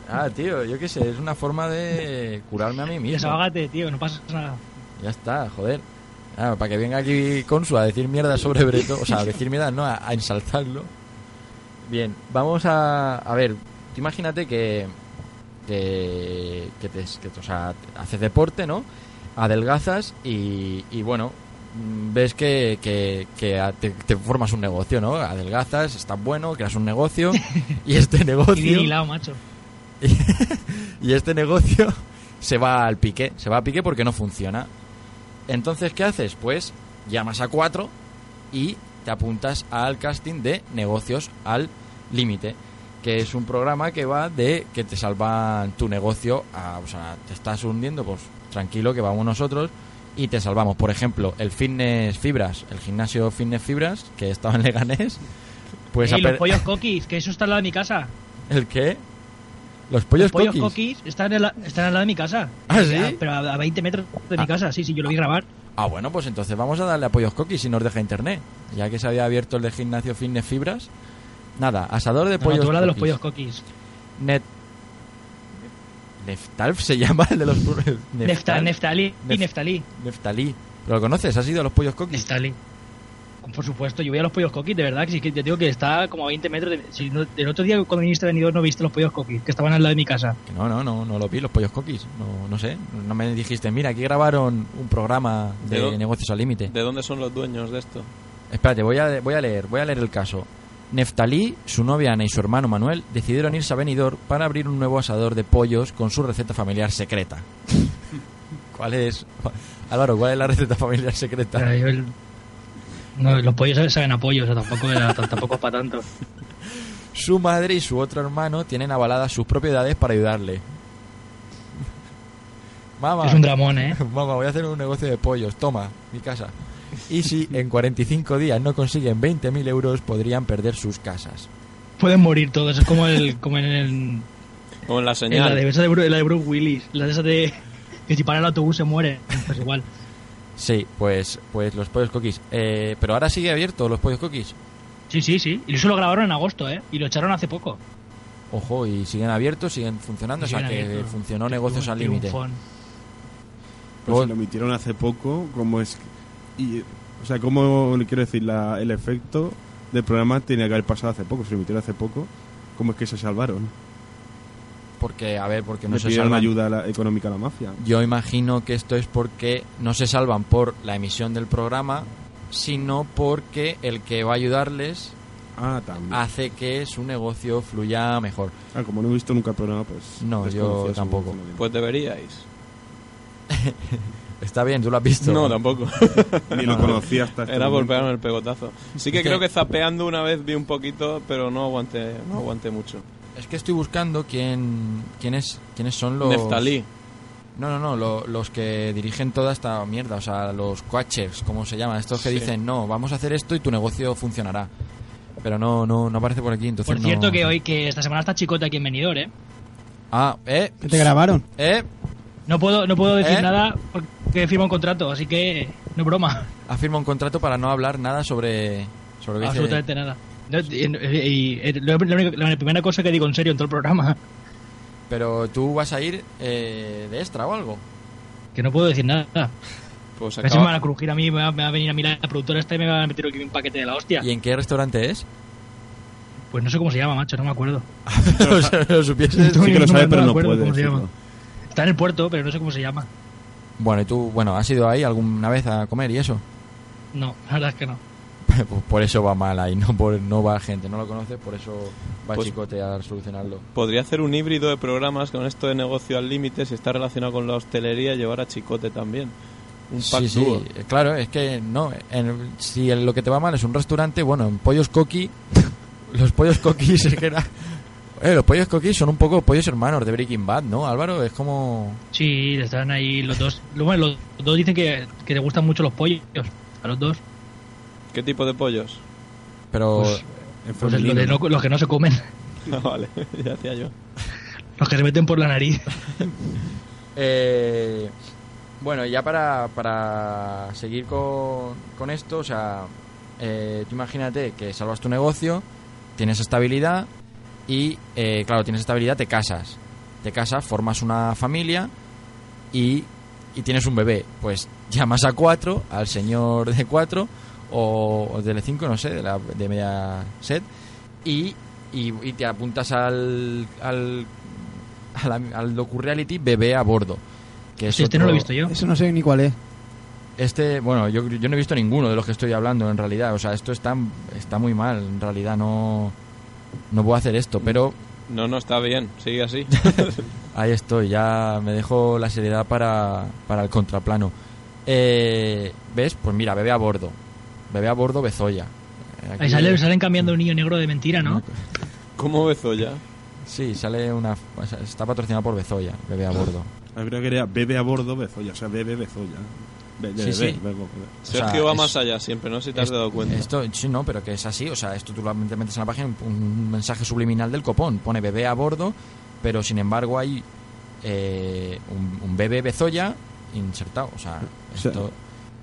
Ah, tío, yo qué sé, es una forma de curarme a mí mismo.
Desahógate, tío, no pasa nada.
Ya está, joder. Ah, para que venga aquí Consu a decir mierda sobre Breto, o sea, a decir mierda, no, a, a ensalzarlo. Bien, vamos a. A ver, tú imagínate que. que. que, te, que te- o sea, te- haces deporte, ¿no? Adelgazas y, y bueno, mm, ves que, que, que a- te, te formas un negocio, ¿no? Adelgazas, estás bueno, creas un negocio y este negocio.
Bien hilado, macho.
y este negocio se va al pique, se va a pique porque no funciona. Entonces, ¿qué haces? Pues llamas a cuatro y te apuntas al casting de negocios al límite, que es un programa que va de que te salvan tu negocio, a- o sea, te estás hundiendo, pues tranquilo que vamos nosotros y te salvamos. Por ejemplo, el Fitness Fibras, el gimnasio Fitness Fibras, que estaba en Leganés, pues...
Ey,
ha
Eh, los
per-
pollos coquis, que eso está al lado de mi casa.
¿El qué? Los pollos,
los pollos
coquis.
coquis, están, en la- están al lado de mi casa.
¿Ah,
O
sí?
sea, Pero a, a 20 metros de mi casa, sí, sí, yo lo vi grabar.
Ah, bueno, pues entonces vamos a darle apoyos coquis si nos deja internet. Ya que se había abierto el de gimnasio fitness fibras. Nada, asador de
No, no,
pollos
tú hablas de los
Cookies.
pollos coquis.
Net... Neftalf se llama el de los... el
Nefta,
Neftal-
neftalí,
Nef-
y neftalí.
Neftalí. ¿Pero lo conoces? ¿Has ido a los pollos coquis?
Neftalí. Por supuesto, yo voy a los pollos coquis, de verdad, que sí que te digo que está como a 20 metros. De, si no- del otro día cuando viniste venido no viste los pollos coquis, que estaban al lado de mi casa.
Que no, no, no, no lo vi, los pollos coquis. No, no sé, no me dijiste, mira, aquí grabaron un programa de,
¿De dónde?
negocios al límite.
¿De dónde son los dueños de esto?
Espérate, voy a, voy a leer, voy a leer el caso. Neftalí, su novia Ana y su hermano Manuel decidieron irse a Benidorm para abrir un nuevo asador de pollos con su receta familiar secreta. ¿Cuál es? Álvaro, ¿cuál es la receta familiar secreta?
Pero yo el- no, los pollos saben a pollos, o sea, tampoco, era- t- tampoco es para tanto.
Su madre y su otro hermano tienen avaladas sus propiedades para ayudarle. Mamá,
Es un dramón, ¿eh?
mamá, voy a hacer un negocio de pollos, toma, mi casa. Y si en 45 días no consiguen 20.000 euros, podrían perder sus casas.
Pueden morir todos, es como, el, como en, el,
Como en la
en la
señal.
de, esa de, Bru- la de Bruce Willis, la de esa de que si para el autobús se muere, pues igual.
Sí, pues, pues los pollos coquis. Eh, pero ahora sigue abierto los pollos coquis.
Sí, sí, sí. Y eso lo grabaron en agosto, ¿eh? Y lo echaron hace poco.
Ojo, y siguen abiertos, siguen funcionando. o sea,
Siguen
que
abiertos.
funcionó negocios al límite.
Triunfón.
Pues se lo emitieron hace poco, como es... Y, o sea, como le quiero decir, la, el efecto del programa tenía que haber pasado hace poco, se lo emitieron hace poco, ¿cómo es que se salvaron?
Porque, a ver, porque no
Le
se
pidieron
salvan.
ayuda a la- económica a la mafia.
Yo imagino que esto es porque no se salvan por la emisión del programa, sino porque el que va a ayudarles
Ah, también. Ah,
hace que su negocio fluya mejor.
como no he visto nunca el programa, pues...
No, yo
desconocía su
tampoco.
funcionamiento.
Pues deberíais.
Está bien, tú lo has visto.
No, tampoco.
Ni lo
No, no.
conocía hasta... este
Pues, Era por
momento.
pegarme el pegotazo. Sí que
Es que-
creo que zapeando una vez vi un poquito, pero no aguanté, no aguanté mucho.
Es que estoy buscando quién, quién es, quiénes son los...
Neftalí.
No, no, no, lo- los que dirigen toda esta mierda, o sea, los coaches, como se llama, estos que
Sí.
dicen, no, vamos a hacer esto y tu negocio funcionará. Pero no, no, no aparece por aquí, entonces
Por
no-
cierto, que hoy, que esta semana está Chicote aquí en Benidorm, ¿eh?
Ah, eh,
Que te grabaron.
eh,
No puedo, no puedo decir
¿Eh?
nada porque firma un contrato, así que no es broma.
ha firmado un contrato para no hablar nada sobre... sobre lo que dice-
Absolutamente nada. No, y- y- y- lo- lo único- la primera cosa que digo en serio en todo el programa,
Pero tú vas a ir eh, de extra o algo.
que no puedo decir nada.
Pues
Casi me van
acaba...
a crujir a mí, me va, me va a venir a mí la productora esta y me va a meter aquí un paquete de la hostia.
¿Y en qué restaurante es?
Pues no sé cómo se llama, macho, no me acuerdo.
o sea, lo supieses.
Sí que lo
No me-
sabe,
no
pero
me
no
acuerdo
puede
cómo se
decirlo.
llama. Está en el puerto, pero no sé cómo se llama.
Bueno, y tú, bueno, ¿has ido ahí alguna vez a comer y eso?
No, la verdad es que no.
Pues por eso va mal ahí, no, por, no va gente, no lo conoces, por eso va
Pues-
Chicote a solucionarlo.
Podría hacer un híbrido de programas con esto de negocio al límite, si está relacionado con la hostelería, llevar a Chicote también. Un pack
Sí, sí,
dúo.
claro, es que no, en- si en lo que te va mal es un restaurante, bueno, en Pollos Coqui, los Pollos Coquis es que era... Eh, los Pollos Coquis son un poco Pollos Hermanos de Breaking Bad, ¿no, Álvaro? Es como...
Sí, están ahí los dos. lo- Bueno, los dos dicen que, que le gustan mucho los pollos. A los dos.
¿Qué tipo de pollos?
Pero...
Pues-
Es
Pues lo
femenino.
de no- los que no se comen.
Ah, vale, ya hacía yo.
Los que se meten por la nariz.
Eh, bueno, ya para, para seguir con, con esto, o sea, eh, tú imagínate que salvas tu negocio, tienes estabilidad y, eh, claro, tienes estabilidad, te casas. te casas, formas una familia y, y tienes un bebé. Pues llamas a cuatro, al señor de cuatro o, o de cinco, no sé, de, la, de media set, y, y, y te apuntas al, al, a la- al, docu-reality Bebé a Bordo. Que es
este no lo he
otro-
visto yo.
Eso no sé ni cuál es.
este, bueno, yo, yo no he visto ninguno de los que estoy hablando en realidad. O sea, esto está, está muy mal. En realidad no, no puedo hacer esto, pero
No, no, está bien, sigue así.
ahí estoy. Ya me dejo la seriedad para, para el contraplano. Eh, ¿Ves? Pues mira, bebé a bordo. Bebé a bordo, Bezoya. Eh, aquí-
Ahí sale- salen cambiando un niño negro de mentira, ¿no?
¿Cómo Bezoya?
Sí, sale una. o sea, Está patrocinado por Bezoya, bebé a bordo.
Yo creo que era bebe a bordo Bezoya, o sea, bebe Bezoya. Be-
Sí,
bebe,
sí.
bebo.
Sergio
sea,
va
es-
más allá siempre, no sé si te has
Es-
dado cuenta.
Esto, sí, no, pero que es así. O sea, esto tú lo te metes en la página, un, un mensaje subliminal del copón. Pone bebé a bordo, pero sin embargo hay eh, un, un bebé bezoya insertado. O sea,
O sea-
esto...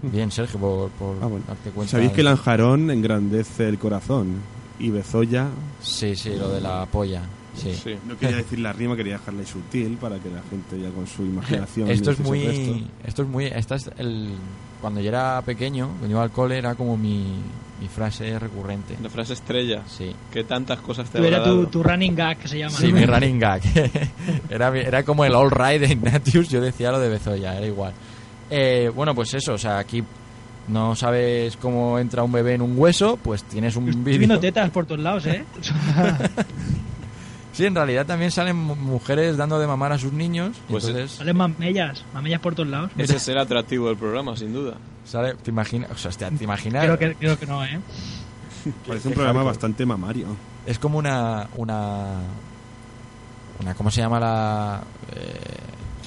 Bien, Sergio, por, por
Ah, bueno.
darte cuenta.
Sabéis
de-
que Lanjarón engrandece el corazón y Bezoya...
Sí, sí, lo de la polla. Sí.
Sí.
No quería decir la rima, quería dejarla sutil para que la gente ya con su imaginación...
Esto es
hiciese el resto.
muy... Esto es muy... Esta es el... Cuando yo era pequeño, cuando iba al cole, era como mi, mi frase recurrente.
La frase estrella,
Sí.
que tantas cosas te
Tú
habrá
era tu,
dado.
tu running gag que se llama.
Sí, mi running gag. era, mi- era como el all right de Ignatius, yo decía lo de Bezoya, era igual. Eh, bueno, pues eso, o sea, aquí no sabes cómo entra un bebé en un hueso, pues tienes un
Estoy viendo
vídeo.
tetas por todos lados, ¿eh?
Sí, en realidad también salen mu- mujeres dando de mamar a sus niños, y
Pues,
entonces
Salen mamellas, mamellas por todos lados.
Ese es el atractivo del programa, sin duda.
sale, te imaginas, o sea, hostia, te imaginas,
Creo que, creo que no, ¿eh?
Parece un
Qué
programa
hardcore.
bastante mamario.
es como una una una ¿cómo se llama la eh,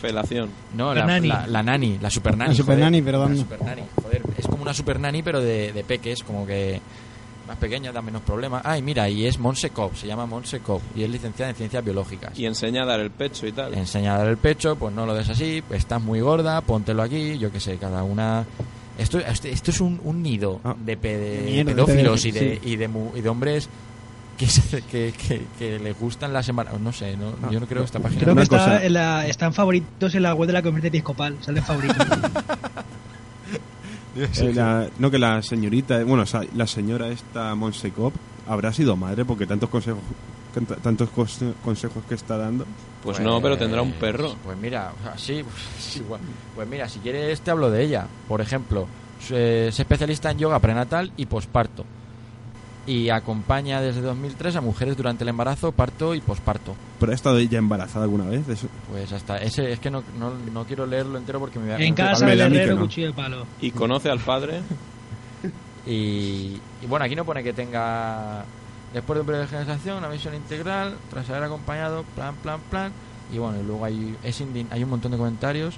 Felación.
No,
La
la,
nani.
La, la nani, la super nani.
La super
joder.
nani, pero
La
dando.
super nani, joder. Es como una super nani, pero de, de peques, como que más pequeña, da menos problemas. Ay, mira, y es Monse Cobb, se llama Monse Cobb, y es licenciada en ciencias biológicas.
Y enseña a dar el pecho y tal.
Enseña a dar el pecho, pues no lo des así, estás muy gorda, póntelo aquí, yo qué sé, cada una... Esto, esto, esto es un, un nido
Ah.
de, pede-
Mierda,
pedófilos
de
y, de,
pedófilos,
y, de, mu- y de hombres que, se- que, que- que les gustan las embarazadas. No sé, no,
Ah.
yo no creo que esta página...
Creo
Una
que está
cosa.
en la- están favoritos en la web de la conferencia episcopal. Salen favoritos.
Eh, la- no, que la señorita, bueno, o sea, la señora esta Monsecop habrá sido madre porque tantos consejos canta- tantos cos- consejos que está dando.
Pues no, pero tendrá un perro.
Pues mira, o sea, sí, es igual. Pues mira, si quieres te hablo de ella. Por ejemplo, su- eh, es especialista en yoga prenatal y posparto. Y acompaña desde 2003 a mujeres durante el embarazo, parto y posparto.
¿Pero ha estado ella embarazada alguna vez? Eso-
Pues hasta ese es que no, no, no quiero leerlo entero porque me voy a
en casa
Pablo
del
y Dani,
herrero,
que no.
cuchillo de palo.
Y conoce al padre.
Y, y bueno, aquí no pone que tenga después de un periodo de gestación una visión integral, tras haber acompañado, plan, plan, plan. Y bueno, y luego hay, es indi- hay un montón de comentarios.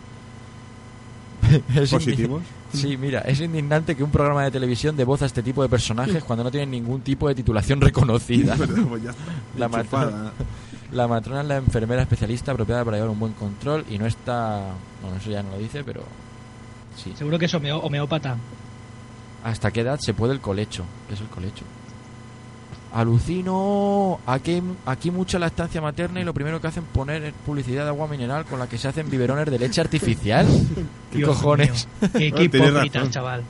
Es indi-
¿Positivos?
Sí, mira, es indignante que un programa de televisión de voz a este tipo de personajes cuando no tienen ningún tipo de titulación reconocida.
Pero, pues, ya está,
La
enchufada.
La matrona es la enfermera especialista apropiada para llevar un buen control y no está... Bueno, eso ya no lo dice, pero... Sí.
Seguro que es homeo- homeópata.
¿Hasta qué edad se puede el colecho? ¿Qué es el colecho? Alucino. Aquí, aquí mucha lactancia materna y lo primero que hacen poner es publicidad de agua mineral con la que se hacen biberones de leche artificial. ¿Qué
Dios
cojones?
mío, Qué, qué
No, tienes
hipócritas,
razón.
chaval.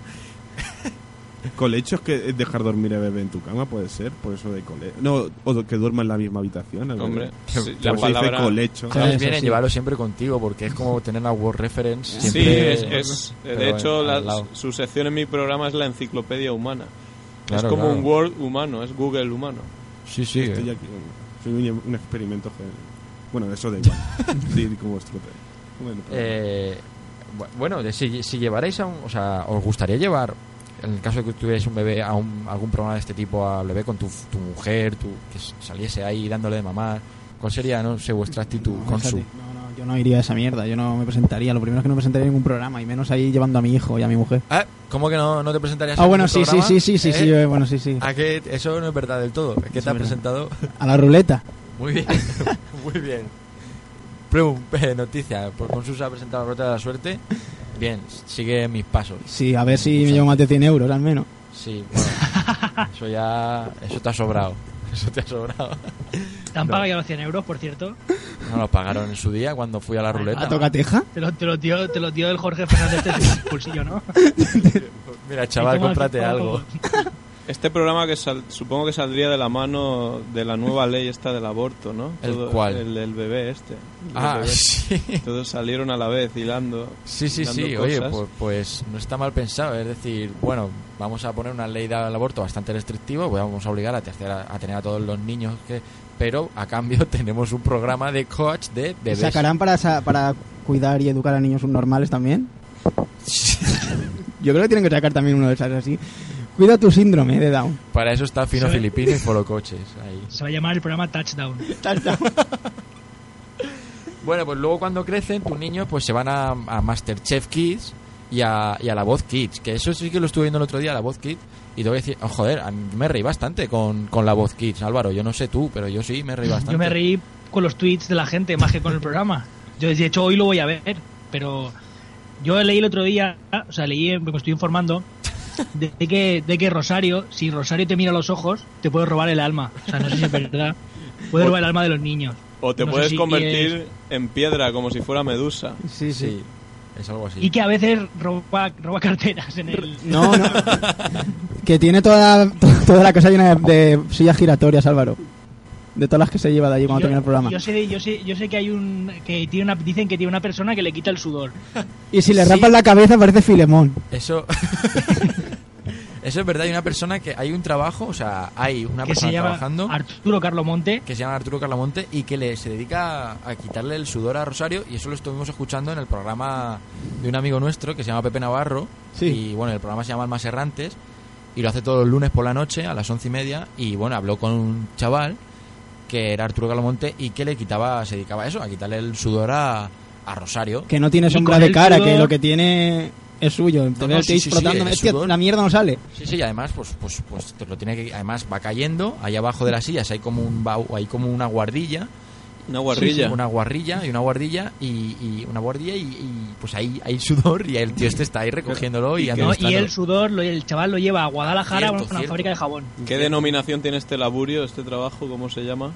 Colechos que es dejar dormir a bebé en tu cama, puede ser, por eso de cole. No, o que duerma en la misma habitación. al
Hombre,
bebé.
sí,
Por
la
eso dice
palabra...
colecho.
Claro,
Es
eso
bien
sí.
llevarlo siempre contigo porque es como tener una Word Reference.
Sí,
siempre-
es, es-
pero
de hecho,
al
la-
lado.
su sección en mi programa es la enciclopedia humana.
Claro,
es como
claro.
un Word humano, es Google humano.
Sí, sí. eh.
Estoy aquí, soy un, un experimento. que- Bueno, eso da igual. Sí, como vuestro- Bueno,
Eh, bu- bueno, de si, si llevaréis a un, o sea, os gustaría llevar, en el caso de que tuvierais un bebé, a, un- algún programa de este tipo, al bebé con tu, tu mujer, tu, que s- saliese ahí dándole de mamar, ¿cuál sería, no sé, vuestra actitud con su?
fíjate, no, no, yo no iría a esa mierda, yo no me presentaría. Lo primero es que no me presentaría en ningún programa, y menos ahí llevando a mi hijo y a mi mujer.
Ah, ¿Cómo que no, no te presentarías?
Ah,
en
bueno,
ningún
sí, sí,
programa?
sí, sí, sí,
¿Eh?
sí, eh, bueno, sí, sí.
¿A que eso no es verdad del todo. ¿Qué
Es
te ha
verdad.
presentado?
A la ruleta.
Muy bien, muy bien. Plum, eh, noticia. Por Consus ha presentado la ruta de la suerte. Bien, sigue mis pasos.
Sí, a ver
Pues
si me llevo más de 100 euros al menos.
Sí, bueno, eso ya. Eso te ha sobrado. Eso te ha sobrado.
¿Te han
No.
pagado ya los 100 euros, por cierto?
No lo pagaron en su día cuando fui a la ruleta.
¿A tocateja?
Te lo, te lo dio, te lo dio el Jorge Fernández de bolsillo, ¿no?
Mira, chaval,
Y toma,
cómprate
toma,
algo.
Este programa que sal- supongo que saldría de la mano de la nueva ley esta del aborto, ¿no?
¿El cuál?
El del bebé este. El
Ah,
bebé.
sí.
Todos salieron a la vez hilando.
Sí, sí,
hilando
sí.
cosas.
Oye, pues, pues no está mal pensado. Es decir, bueno, vamos a poner una ley del aborto bastante restrictiva, pues vamos a obligar a, tener a a tener a todos los niños que... Pero a cambio tenemos un programa de coach de bebés.
¿Sacarán para, sa- para cuidar y educar a niños subnormales también? Yo creo que tienen que sacar también uno de esas así. Cuida tu síndrome de Down.
Para eso está Fino
Sí.
Filipino y Foro Coches. Ahí.
Se va a llamar el programa Touchdown.
Bueno, pues luego cuando crecen, tus niños pues se van a, a Masterchef Kids y a, y a La Voz Kids. Que eso sí que lo estuve viendo el otro día, La Voz Kids. Y te voy a decir, oh, joder, a mí me reí bastante con, con La Voz Kids, Álvaro. Yo no sé tú, pero yo sí me reí bastante.
Yo me reí con los tweets de la gente más que con el programa. Yo, de hecho, hoy lo voy a ver, pero yo leí el otro día, o sea, leí, me estoy informando de, de que, de que Rosario, si Rosario te mira a los ojos, te puede robar el alma. O sea, no sé si es verdad. Puede robar el alma de los niños.
O te
No sé
puedes
si
convertir en piedra como si fuera medusa.
Sí,
Sí, es algo así.
Y que a veces roba, roba carteras en el.
No, no. Que tiene toda, toda la casa llena de, de sillas giratorias, Álvaro. De todas las que se lleva de allí cuando
Yo,
termina el programa.
yo sé, yo sé, yo sé que hay un que tiene una, dicen que tiene una persona que le quita el sudor.
Y si le
Sí.
rapas la cabeza parece Filemón.
Eso... Eso es verdad, hay una persona que... Hay un trabajo, o sea, hay una
que
persona
se llama
trabajando
Arturo Carlomonte.
que se llama Arturo Carlamonte y que le, se dedica a, a quitarle el sudor a Rosario y eso lo estuvimos escuchando en el programa de un amigo nuestro que se llama Pepe Navarro
Sí.
y bueno el programa se llama Almas Errantes y lo hace todos los lunes por la noche a las once y media y bueno habló con un chaval que era Arturo Carlamonte y que le quitaba se dedicaba a eso a quitarle el sudor a, a Rosario
Que no tiene
Y
sombra
con
de
el
cara,
sudor-
que lo que tiene es suyo. Te
No,
veo
no,
el
sí,
tío
sí, sí,
frotando,
el
"Hostia,
sudor".
la mierda no sale.
Sí, sí, y además, pues, pues, pues te lo tiene que. Además, va cayendo. Allá abajo de las sillas hay como un bau- hay como una guardilla.
Una guarrilla.
Sí, sí, una guarrilla y una guardilla y, y una guardilla y, y, pues ahí hay sudor y el tío este está ahí recogiéndolo y,
Y que-
¿no?
administrándolo.
Y el sudor, lo- el chaval lo lleva a Guadalajara
Cierto,
a una
cierto.
fábrica de jabón.
¿Qué denominación tiene este laburio, este trabajo? ¿Cómo se llama?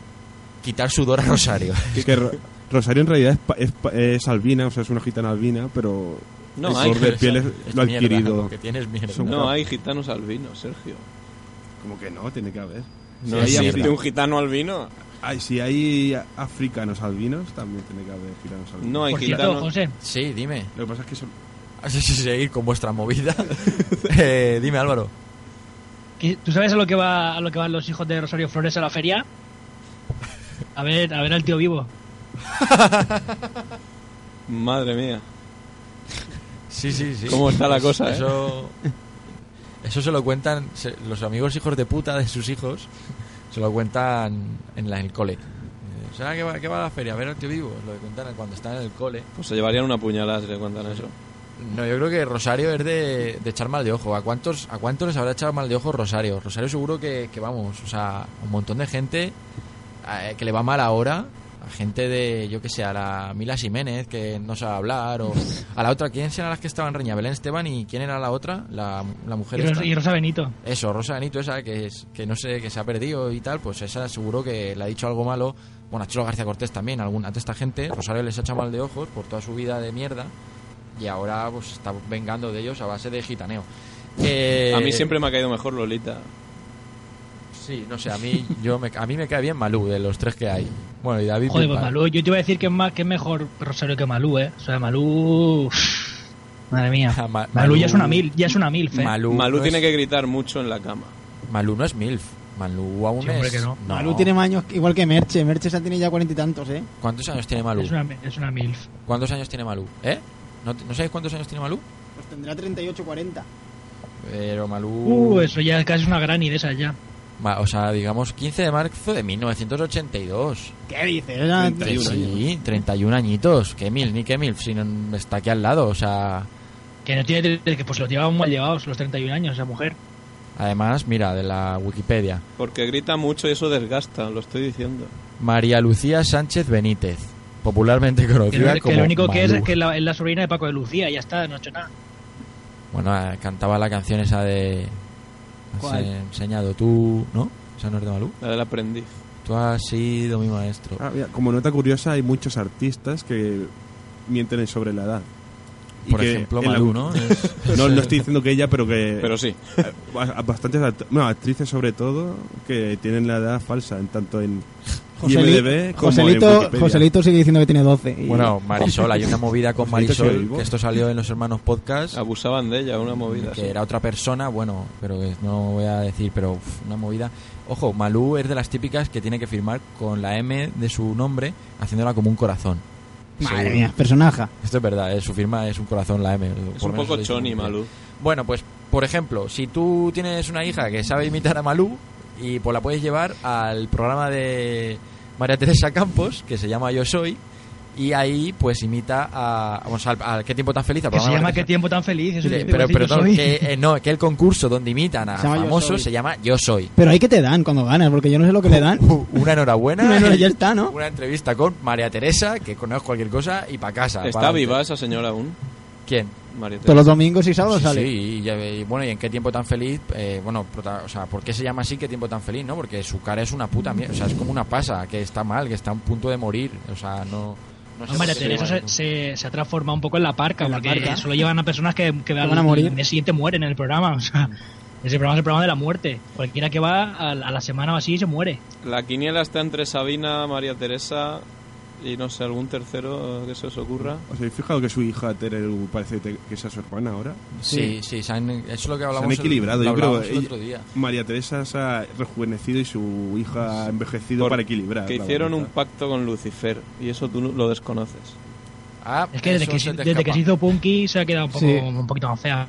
Quitar sudor a Rosario.
Es que Ro- Rosario en realidad es, pa- es, pa- es albina, o sea, es una gitana albina, pero
No,
el
hay
color de piel es-
Es
lo ha
mierda,
adquirido.
lo que tienes mierda.
Son-
No hay gitanos albinos, Sergio.
Como que no, tiene que haber.
Sí,
No
es
hay
mierda.
un gitano albino.
Ay, si hay a- africanos albinos, también tiene que haber gitanos albinos.
No hay
Por
gitano.
cierto, José,
Sí, dime.
Lo que pasa es que son...
Así sí, seguir con vuestra movida. Eh, dime, Álvaro.
¿que- ¿tú sabes a lo que va a lo que van los hijos de Rosario Flores a la feria? A ver, a ver al tío vivo.
Madre mía.
Sí, sí, sí.
¿Cómo está la
Es-
cosa, eh?
Eso, eso se lo cuentan se- los amigos hijos de puta de sus hijos. Se lo cuentan en la- en el cole. Eh, ¿Será que va, que va a la feria? A ver al tío vivo. Lo que cuentan cuando están en el cole.
Pues se llevarían una puñalada si le cuentan eso.
No, yo creo que Rosario es de, de echar mal de ojo. ¿A cuántos, ¿A cuántos les habrá echado mal de ojo Rosario? Rosario seguro que, que vamos, o sea, un montón de gente eh, que le va mal ahora. A gente de, yo que sé, a la Mila Jiménez, que no sabe hablar, o a la otra, ¿quién eran las que estaban reña? Belén Esteban y ¿quién era la otra? La, la
Y,
mujer
Ros-
esta.
y Rosa Benito.
Eso, Rosa Benito esa que, es, que no sé, que se ha perdido y tal, pues esa seguro que le ha dicho algo malo. Bueno, a Chelo García Cortés también, alguna de esta gente, Rosario les ha echado mal de ojos por toda su vida de mierda y ahora pues está vengando de ellos a base de gitaneo. Eh,
A mí siempre me ha caído mejor Lolita.
Sí, no sé, a mí, yo me, a mí me cae bien Malú, de los tres que hay. Bueno, y David...
Joder, pues
Bisbal.
Malú, yo te iba a decir que es más que es mejor Rosario que Malú, eh. O sea, Malú. Madre mía.
Ah, Ma-
Malú, ya es una mil, ya es una ¿eh? mil, fe.
Malú,
Malú
no
tiene
es,
que gritar mucho en la cama.
Malú no es MILF. Malú aún
Sí, hombre,
es...
que no.
Malú tiene más años, que- igual que Merche. Merche esa tiene ya cuarenta y tantos, ¿eh?
¿Cuántos años tiene Malú?
Es una, es una mil.
¿Cuántos años tiene Malú? ¿Eh? ¿No, te- ¿No sabéis cuántos años tiene Malú?
Pues tendrá 38, 40.
Pero Malú...
Uh, eso ya casi es una gran idea esa ya.
Ma- O sea, digamos 15 de marzo de 1982.
¿Qué dices? Era-
31
sí,
años.
31 añitos. Que mil, ni que mil, si no está aquí al lado. O sea,
Que no tiene que pues lo llevaban mal llevados los 31 años esa mujer.
además, mira, de la Wikipedia.
Porque grita mucho y eso desgasta, lo estoy diciendo.
María Lucía Sánchez Benítez, popularmente
Que lo,
conocida
que
como
lo único que es es
Malú. Este
que la, es la sobrina de Paco de Lucía, ya está, no ha hecho nada.
Bueno, eh, cantaba la canción esa de... has
¿Cuál?
enseñado tú, ¿no? Esa no es de Malú.
La del aprendiz.
Tú Tú has sido mi maestro.
Ah, mira, como nota curiosa, hay muchos artistas que mienten sobre la edad.
Por ejemplo,
en la-
Malú, ¿no? Es-
no, no estoy diciendo que ella, pero que...
Pero sí.
Ba- Bastantes act- bueno, actrices, sobre todo, que tienen la edad falsa, en tanto en
Joseli-
IMDb como en
Joselito,
Wikipedia.
Joselito sigue diciendo que tiene 12. y-
Bueno, Marisol, hay una movida con
Pues
Joselito sigue
Marisol,
vivo.
que esto salió en los hermanos podcast,
Abusaban de ella, una movida.
que
sí.
era otra persona, bueno, pero que no voy a decir, pero uf, una movida. Ojo, Malú es de las típicas que tiene que firmar con la M de su nombre, haciéndola como un corazón.
Madre
Seguro.
mía, personaje.
Esto es verdad, eh, su firma es un corazón, la M.
Es
por
un
lo menos
poco
lo dice
choni,
muy bien.
Malú.
Bueno, pues, por ejemplo, si tú tienes una hija que sabe imitar a Malú, y pues la puedes llevar al programa de María Teresa Campos, que se llama Yo Soy, y ahí pues imita a... Vamos, al, al ¿Qué tiempo tan feliz? al
Que se
programa de
llama
María
Qué tiempo tan feliz. Eso
Teresa.
es
Sí, pero,
igual que
pero
yo
no,
soy.
que, eh, no, que el concurso donde imitan a
Se llama Yo Soy.
famosos se llama Yo Soy. Uh,
Pero hay que te dan cuando ganas, porque yo no sé lo que le dan.
Una enhorabuena.
Una enhora- ya está, ¿no?
Una entrevista con María Teresa, que conozco cualquier cosa, y para casa.
¿Está
pa'lante.
viva esa señora aún?
¿Quién?
María
Todos los
Teresa.
domingos y sábados
Sí,
sale.
sí, y, ya- y bueno, ¿y en qué tiempo tan feliz? Eh, bueno, prota- o sea, ¿por qué se llama así? ¿Qué tiempo tan feliz? ¿No? Porque su cara es una puta mierda, o sea, es como una pasa, que está mal, que está a punto de morir, o sea, no... no sé
No, María
por qué
Teresa
se llama
se, se, se ha transformado un poco en la parca,
En la
porque
parca.
solo llevan a personas que, que
van a morir.
El día siguiente mueren en el programa. O sea,
Mm.
ese programa es el programa de la muerte. Cualquiera que va a, la- a la semana o así se muere.
La quiniela está entre Sabina, María Teresa y no sé, algún tercero que se os ocurra.
¿Os habéis fijado que su hija Terelu parece te- que sea su hermana ahora?
Sí, sí, se han- eso es lo que
Se
hablamos
han equilibrado,
el, lo
yo creo.
hablábamos el
ella-
otro día.
María Teresa se ha rejuvenecido y su hija ha envejecido
Por-
para equilibrar.
Que
la
hicieron un
balanza.
pacto con Lucifer y eso tú no- lo desconoces.
Ah,
Es que desde,
eso
que
se
se,
te
desde que
escapa.
se hizo Punky se ha quedado un, poco,
Sí.
un poquito más fea.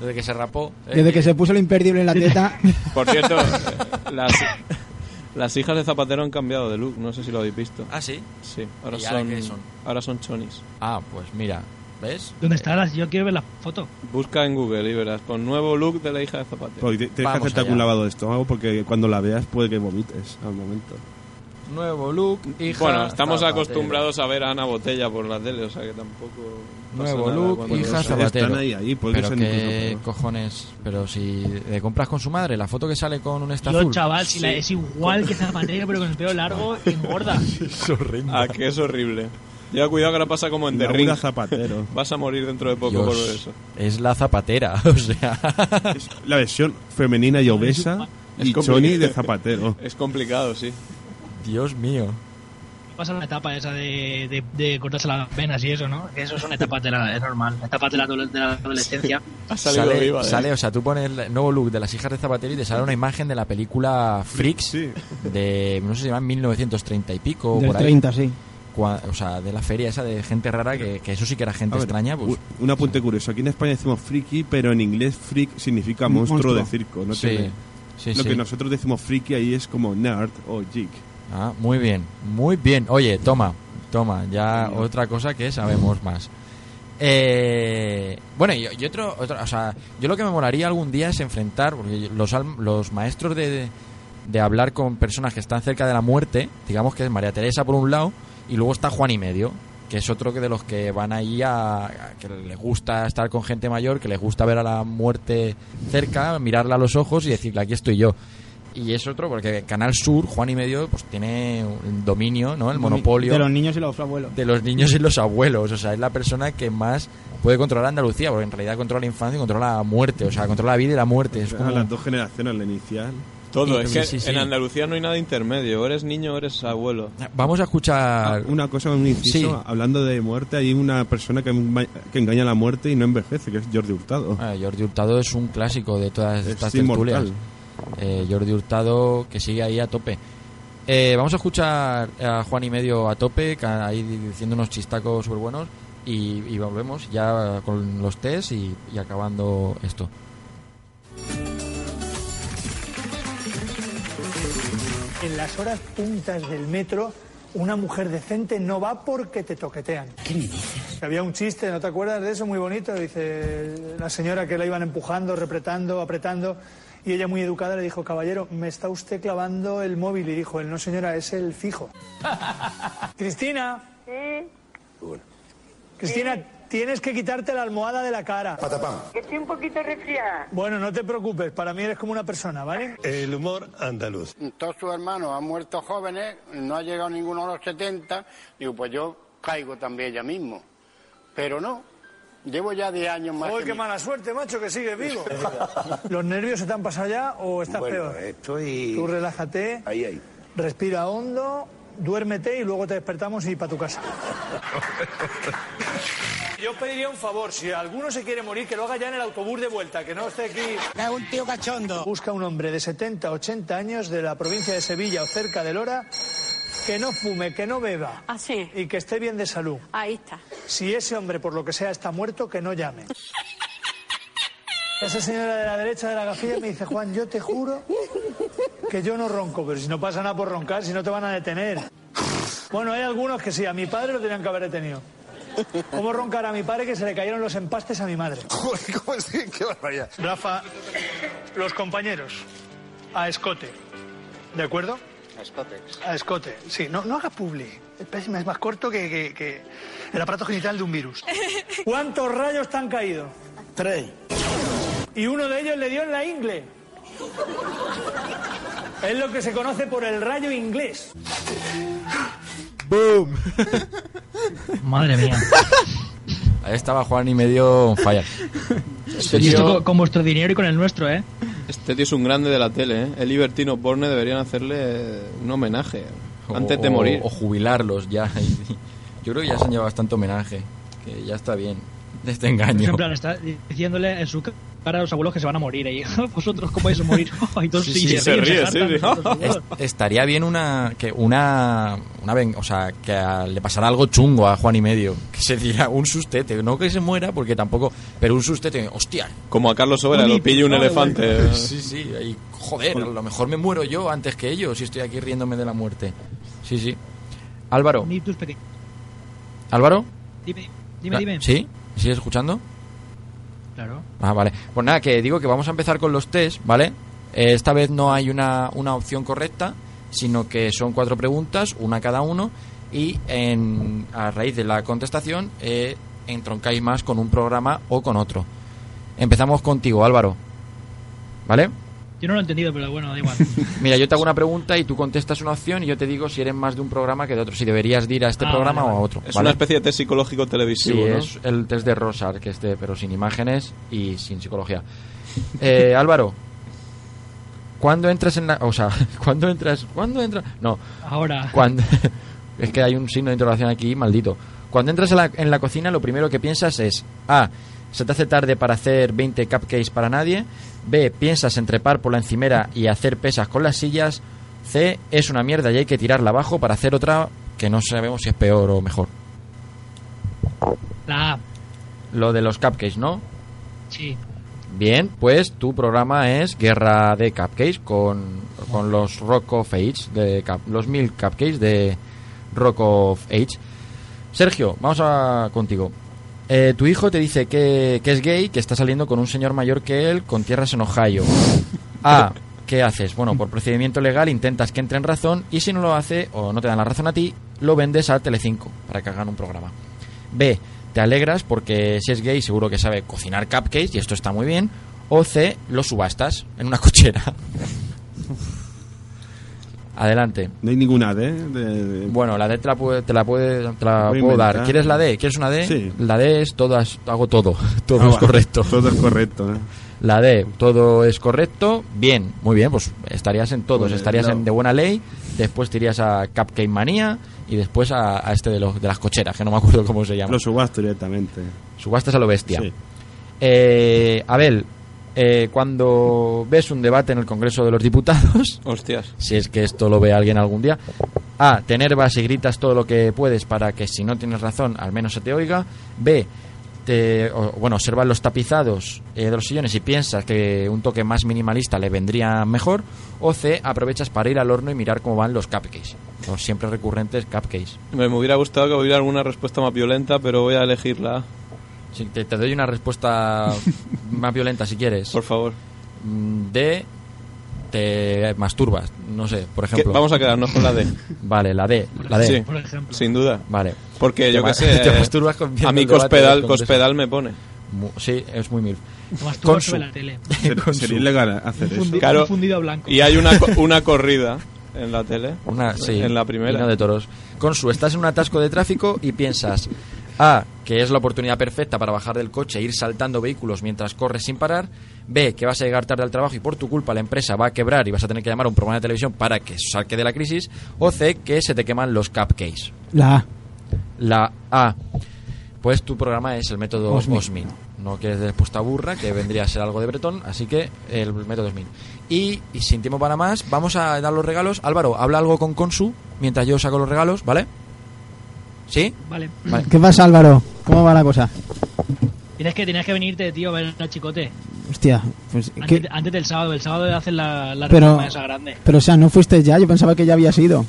Desde que se rapó. eh,
Desde que se puso lo imperdible en la teta.
Por cierto, las, las hijas de Zapatero han cambiado de look, no sé si lo habéis visto.
Ah, sí.
Sí, ahora,
¿Y
son,
ahora qué son?
ahora son chonis.
Ah, pues mira, ¿ves?
¿Dónde está? las- Yo quiero ver la foto.
Busca en Google y verás, pon nuevo look de la hija de Zapatero.
Pues,
Pero te- Tienes que
Vamos
hacerte
allá.
algún lavado de estómago porque cuando la veas puede que vomites al momento.
Nuevo look, hija...
bueno, estamos
zapatero.
acostumbrados a ver a Ana Botella por la tele, o sea que tampoco... pasa
Nuevo
nada
look,
cuando
hija
lo
Están
sabes.
zapatero.
ahí, ahí, puede
Pero
ser
qué
incluso peor.
cojones, pero si de compras con su madre, la foto que sale con un
Yo,
estazul.
chaval, si la, es igual que Zapatero, pero con el pelo largo y gorda.
Ah, que es horrible. Lleva cuidado que ahora pasa como en The
Laura
Ring.
Zapatero.
Vas a morir dentro de poco
Dios,
por eso.
Es la zapatera, o sea.
Es la versión femenina y obesa
Es
y
complicado.
Choni de Zapatero.
Es complicado, sí.
Dios mío.
Pasa la etapa esa de, de, de cortarse las venas y eso, ¿no? Eso son etapas de la... es normal. Etapas de la, adole- de la adolescencia.
Ha salido
sale,
viva. ¿eh?
sale, o sea, tú pones el nuevo look de las hijas de Zapatero y te sale una imagen de la película Freaks
Sí.
de, no sé si llama 1930 y pico,
Del
por ahí.
30, sí.
Cua- O sea, de la feria esa de gente rara, que, que eso sí que era gente
A ver,
extraña. Pues,
u- un apunte curioso. Aquí en España decimos friki, pero en inglés freak significa monstruo,
Monstruo.
de circo. No
sí,
tiene-
sí,
Lo
sí.
que nosotros decimos friki ahí es como nerd o geek.
Ah, muy bien, muy bien. Oye, toma, toma, ya otra cosa que sabemos más. Eh, bueno, y, y otro, otro- o sea, yo lo que me molaría algún día es enfrentar, porque yo- los, alm- los maestros de, de hablar con personas que están cerca de la muerte, digamos que es María Teresa por un lado, y luego está Juan y medio, que es otro que de los que van ahí a, a- que les gusta estar con gente mayor, que les gusta ver a la muerte cerca, mirarla a los ojos y decirle aquí estoy yo. Y es otro porque Canal Sur, Juan y medio, pues tiene un dominio, ¿no? El monopolio
De los niños y los abuelos.
de los niños y los abuelos. O sea, es la persona que más puede controlar Andalucía, porque en realidad controla la infancia y controla la muerte. O sea, controla la vida y la muerte. Es
O sea,
como...
las dos generaciones, la inicial.
Todo,
Sí,
es
sí,
que
sí, sí.
en Andalucía no hay nada intermedio. O eres niño o eres abuelo.
Vamos a escuchar...
Una cosa, un inciso,
Sí.
hablando de muerte, hay una persona que, ma- que engaña a la muerte y no envejece, que es Jordi Hurtado.
Ah, Jordi Hurtado es un clásico de todas estas
es
tertulias.
inmortal.
Eh, Jordi Hurtado que sigue ahí a tope. Eh, vamos a escuchar a Juan y medio a tope, ca- ahí diciendo unos chistacos súper buenos. Y, y volvemos ya con los test y, y acabando esto.
En las horas puntas del metro, una mujer decente no va porque te toquetean. ¿Qué me dices? Había un chiste, ¿no te acuerdas de eso? Muy bonito. Dice la señora que la iban empujando, repretando, apretando. Y ella, muy educada, le dijo, caballero, me está usted clavando el móvil. Y dijo, él no, señora, es el fijo. Cristina. Cristina, Tienes que quitarte la almohada de la cara. Patapam.
Estoy un poquito resfriada.
Bueno, no te preocupes, para mí eres como una persona, ¿vale?
El humor andaluz.
Todos sus hermanos han muerto jóvenes, no ha llegado ninguno a los 70. Digo, pues yo caigo también ya mismo. Pero no, llevo ya 10 años más.
Joder,
que
qué
mi-
mala suerte, macho, que sigues vivo. ¿Los nervios se te han pasado ya o estás
Bueno, eh,
peor?
estoy-
Tú relájate. Ahí, ahí. Respira hondo, duérmete y luego te despertamos y para tu casa. Yo pediría un favor, si alguno se quiere morir, que lo haga ya en el autobús de vuelta, que no esté aquí. Es un tío cachondo. Busca un hombre de 70, 80 años de la provincia de Sevilla o cerca de Lora que no fume, que no beba. Y que esté bien de salud.
Ahí está.
Si ese hombre, por lo que sea, está muerto, que no llame. Esa señora de la derecha de la gafilla me dice, Juan, yo te juro que yo no ronco, pero si no pasa nada por roncar, si no te van a detener. Bueno, hay algunos que sí, a mi padre lo tenían que haber detenido. ¿Cómo roncar a mi padre que se le cayeron los empastes a mi madre? Rafa, los compañeros, a escote. ¿De acuerdo? A escote, sí. No, no hagas publi. Es pésima, es más corto que, que- que el aparato genital de un virus. ¿Cuántos rayos te han caído? Tres. Y uno de ellos le dio en la ingle. Es lo que se conoce por el rayo inglés.
¡Boom!
Madre mía.
Ahí estaba Juan y me dio fallar.
Y esto con, con vuestro dinero y con el nuestro, ¿eh?
Este tío es un grande de la tele, ¿eh? El Libertino Borne deberían hacerle eh, un homenaje antes de
O- o-
morir.
O, jubilarlos ya. Yo creo que ya se han llevado bastante homenaje. Que ya está bien. De este engaño.
En plan, está diciéndole en su cara a los abuelos que se van a morir ahí. Vosotros, ¿cómo vais a morir? y todos
Sí,
sí,
sí, se ríe,
hartan,
sí, sí.
todos los abuelos.
Es- estaría bien una que una, una ven- o sea que a- le pasara algo chungo a Juan y medio que se diera un sustete no que se muera porque tampoco pero un sustete hostia
Como a Carlos Sobera, lo pille un elefante.
sí sí y joder a lo mejor me muero yo antes que ellos y estoy aquí riéndome de la muerte sí sí Álvaro
Ni tus pequeños.
Álvaro
Dime, dime, dime.
Ah, sí ¿Me sigues escuchando
Claro.
Ah, vale. Pues nada, que digo que vamos a empezar con los test, ¿vale? Eh, esta vez no hay una, una opción correcta, sino que son cuatro preguntas, una cada uno, y en, a raíz de la contestación eh, entroncáis más con un programa o con otro. Empezamos contigo, Álvaro. ¿Vale?
Yo no lo he entendido, pero bueno, da igual.
Mira, yo te hago una pregunta y tú contestas una opción y yo te digo si eres más de un programa que de otro, si deberías de ir a este
Ah,
programa
vale,
o a
vale.
otro.
Es
¿vale?
una especie de test psicológico
Sí,
televisivo, ¿no?
es el test de Rosar, que este, pero sin imágenes y sin psicología. Eh, Álvaro, ¿cuándo entras en la... O sea, ¿cuándo entras... ¿Cuándo entras... No.
Ahora.
Cuando, es que hay un signo de interrogación aquí, maldito. Cuando entras en la, en la cocina, lo primero que piensas es... A. Se te hace tarde para hacer 20 cupcakes para nadie. B. Piensas en trepar por la encimera y hacer pesas con las sillas. C. Es una mierda y hay que tirarla abajo para hacer otra que no sabemos si es peor o mejor.
La A,
Lo de los cupcakes, ¿no?
sí.
Bien, pues tu programa es Guerra de Cupcakes con, con los Rock of Age, de, cap- los mil cupcakes de Rock of Age. Sergio, vamos a contigo. Eh, tu hijo te dice que, que es gay, que está saliendo con un señor mayor que él, con tierras en Ohio. A. ¿Qué haces? Bueno, por procedimiento legal intentas que entre en razón y si no lo hace o no te dan la razón a ti, lo vendes a Telecinco para que hagan un programa. B. Te alegras porque si es gay seguro que sabe cocinar cupcakes y esto está muy bien. O C. Lo subastas en una cochera. Adelante.
No hay ninguna D. De, de- Ah,
Bueno, la D te la, puede- te la, puede- te la
Voy a
puedo dar.
inventar.
¿Quieres la D? ¿Quieres una D?
Sí.
La D es todas, hago todo. Todo
Ah,
es
vale.
correcto.
Todo es correcto. ¿eh?
La D, todo es correcto. Bien, muy bien, pues estarías en todos.
Pues,
estarías
no.
en De Buena Ley, después te irías a Cupcake Manía y después a, a este de, los, de las cocheras, que no me acuerdo cómo se llama.
Lo subasto directamente.
Subastas a lo bestia.
Sí.
Eh, Abel, eh, cuando ves un debate en el Congreso de los Diputados,
Hostias.
si es que esto lo ve alguien algún día, A, te enervas y gritas todo lo que puedes para que si no tienes razón al menos se te oiga, B, te, o- bueno, observas los tapizados eh, de los sillones y piensas que un toque más minimalista le vendría mejor, o C, aprovechas para ir al horno y mirar cómo van los cupcakes, los siempre recurrentes cupcakes.
Me hubiera gustado que hubiera alguna respuesta más violenta, pero voy a elegir la A,
Sí, te, te doy una respuesta más violenta si quieres.
por favor.
Mm, D. te masturbas, no sé, por
Que-
ejemplo.
vamos a quedarnos con la D.
Vale, la D, la D.
Sí, sin duda.
Vale.
Porque
Te
yo qué
ma-
sé.
te
eh,
masturbas con- viendo
a mí
el debate
Cospedal,
del Congreso.
Cospedal me pone.
Mu- Sí, es muy mil.
Te masturbas sobre la tele. Ser-
Con
sería
su-
ilegal hacer
Un fundi-
Claro,
un fundido a blanco.
Y hay una, co- una corrida en la tele.
Una, sí,
En la primera.
Pino de toros. Consu, estás en un atasco de tráfico y piensas A, que es la oportunidad perfecta para bajar del coche e ir saltando vehículos mientras corres sin parar. B, que vas a llegar tarde al trabajo y por tu culpa la empresa va a quebrar y vas a tener que llamar a un programa de televisión para que saque de la crisis. O C, que se te queman los cupcakes.
La A.
La A. Pues tu programa es el método
Osmin.
Osmin. No quieres despuesta burra, que vendría a ser algo de Bretón, así que el método Osmin. Y, y sin tiempo para más, vamos a dar los regalos. Álvaro, habla algo con Consu mientras yo saco los regalos, ¿vale? ¿Sí?
Vale.
¿Qué pasa, Álvaro? ¿Cómo va la cosa?
Tienes que, tienes que venirte, tío, a ver a Chicote.
Hostia, pues... ¿qué-
Antes, antes del sábado. El sábado hacen la, la
Pero,
reforma esa grande.
pero, o sea, ¿no fuiste ya? Yo pensaba que ya habías ido.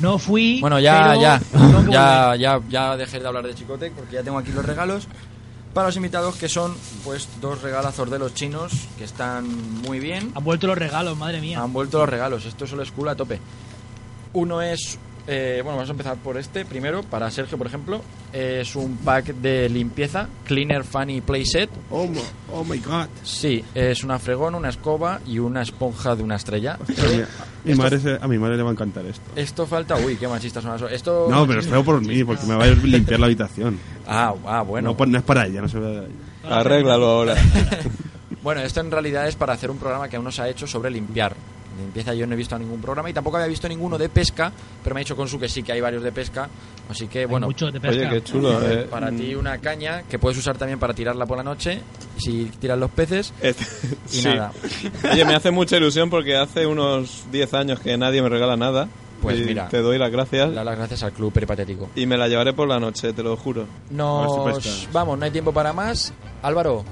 No fui.
Bueno, ya,
pero
ya,
tengo que
ya, ya, ya dejé de hablar de Chicote porque ya tengo aquí los regalos para los invitados que son pues dos regalazos de los chinos que están muy bien.
Han vuelto los regalos, madre mía.
Han vuelto los regalos, esto es solo school a tope. Uno es, eh, bueno, vamos a empezar por este primero, para Sergio, por ejemplo. Es un pack de limpieza, Cleaner Funny Playset.
Oh, my god.
Sí, es una fregona, una escoba y una esponja de una estrella. Eh,
Mi madre se- a mi madre le va a encantar esto.
esto falta, uy, qué machista son eso. Esto.
No, pero es feo por mí, porque me va a limpiar la habitación.
Ah, ah, bueno.
No, pues- pa- no es para ella, no se va a dar a ella.
Arréglalo ahora.
Bueno, esto en realidad es para hacer un programa que aún no se ha hecho sobre limpiar. Limpieza yo no he visto ningún programa y tampoco había visto ninguno de pesca, pero me ha dicho Consu que sí que hay varios de pesca, así que bueno.
muchos de pesca. Oye, qué chulo, eh.
Para
Mm.
ti una caña que puedes usar también para tirarla por la noche, si tiras los peces. y
Sí.
nada.
Oye, me hace mucha ilusión porque hace unos 10 años que nadie me regala nada.
Pues
Y
mira.
Te doy las
¿Eh?
gracias.
Dar las gracias al club peripatético.
Y me la llevaré por la noche, te lo juro. A ver si
Nos
pesca.
vamos, no hay tiempo para más. Álvaro,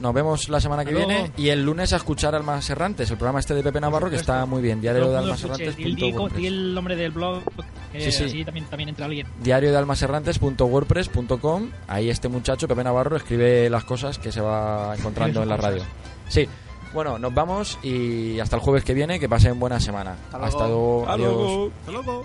nos vemos la semana que
Hasta
viene
luego.
y el lunes a escuchar Almas Errantes, el programa este de Pepe Navarro que está muy bien, diario de
Todo el mundo
Almas
escuche.
Errantes.
Di- di- di el nombre del blog. que
Sí, sí.
Así también, también entra alguien.
diario de almaserrantes.wordpress.com. Ahí este muchacho, Pepe Navarro, escribe las cosas que se va encontrando
Escribe
en la
sus
radio.
cosas.
Sí, bueno, nos vamos y hasta el jueves que viene, que pasen buena semana.
luego.
Hasta luego,
Hasta
adiós.
luego.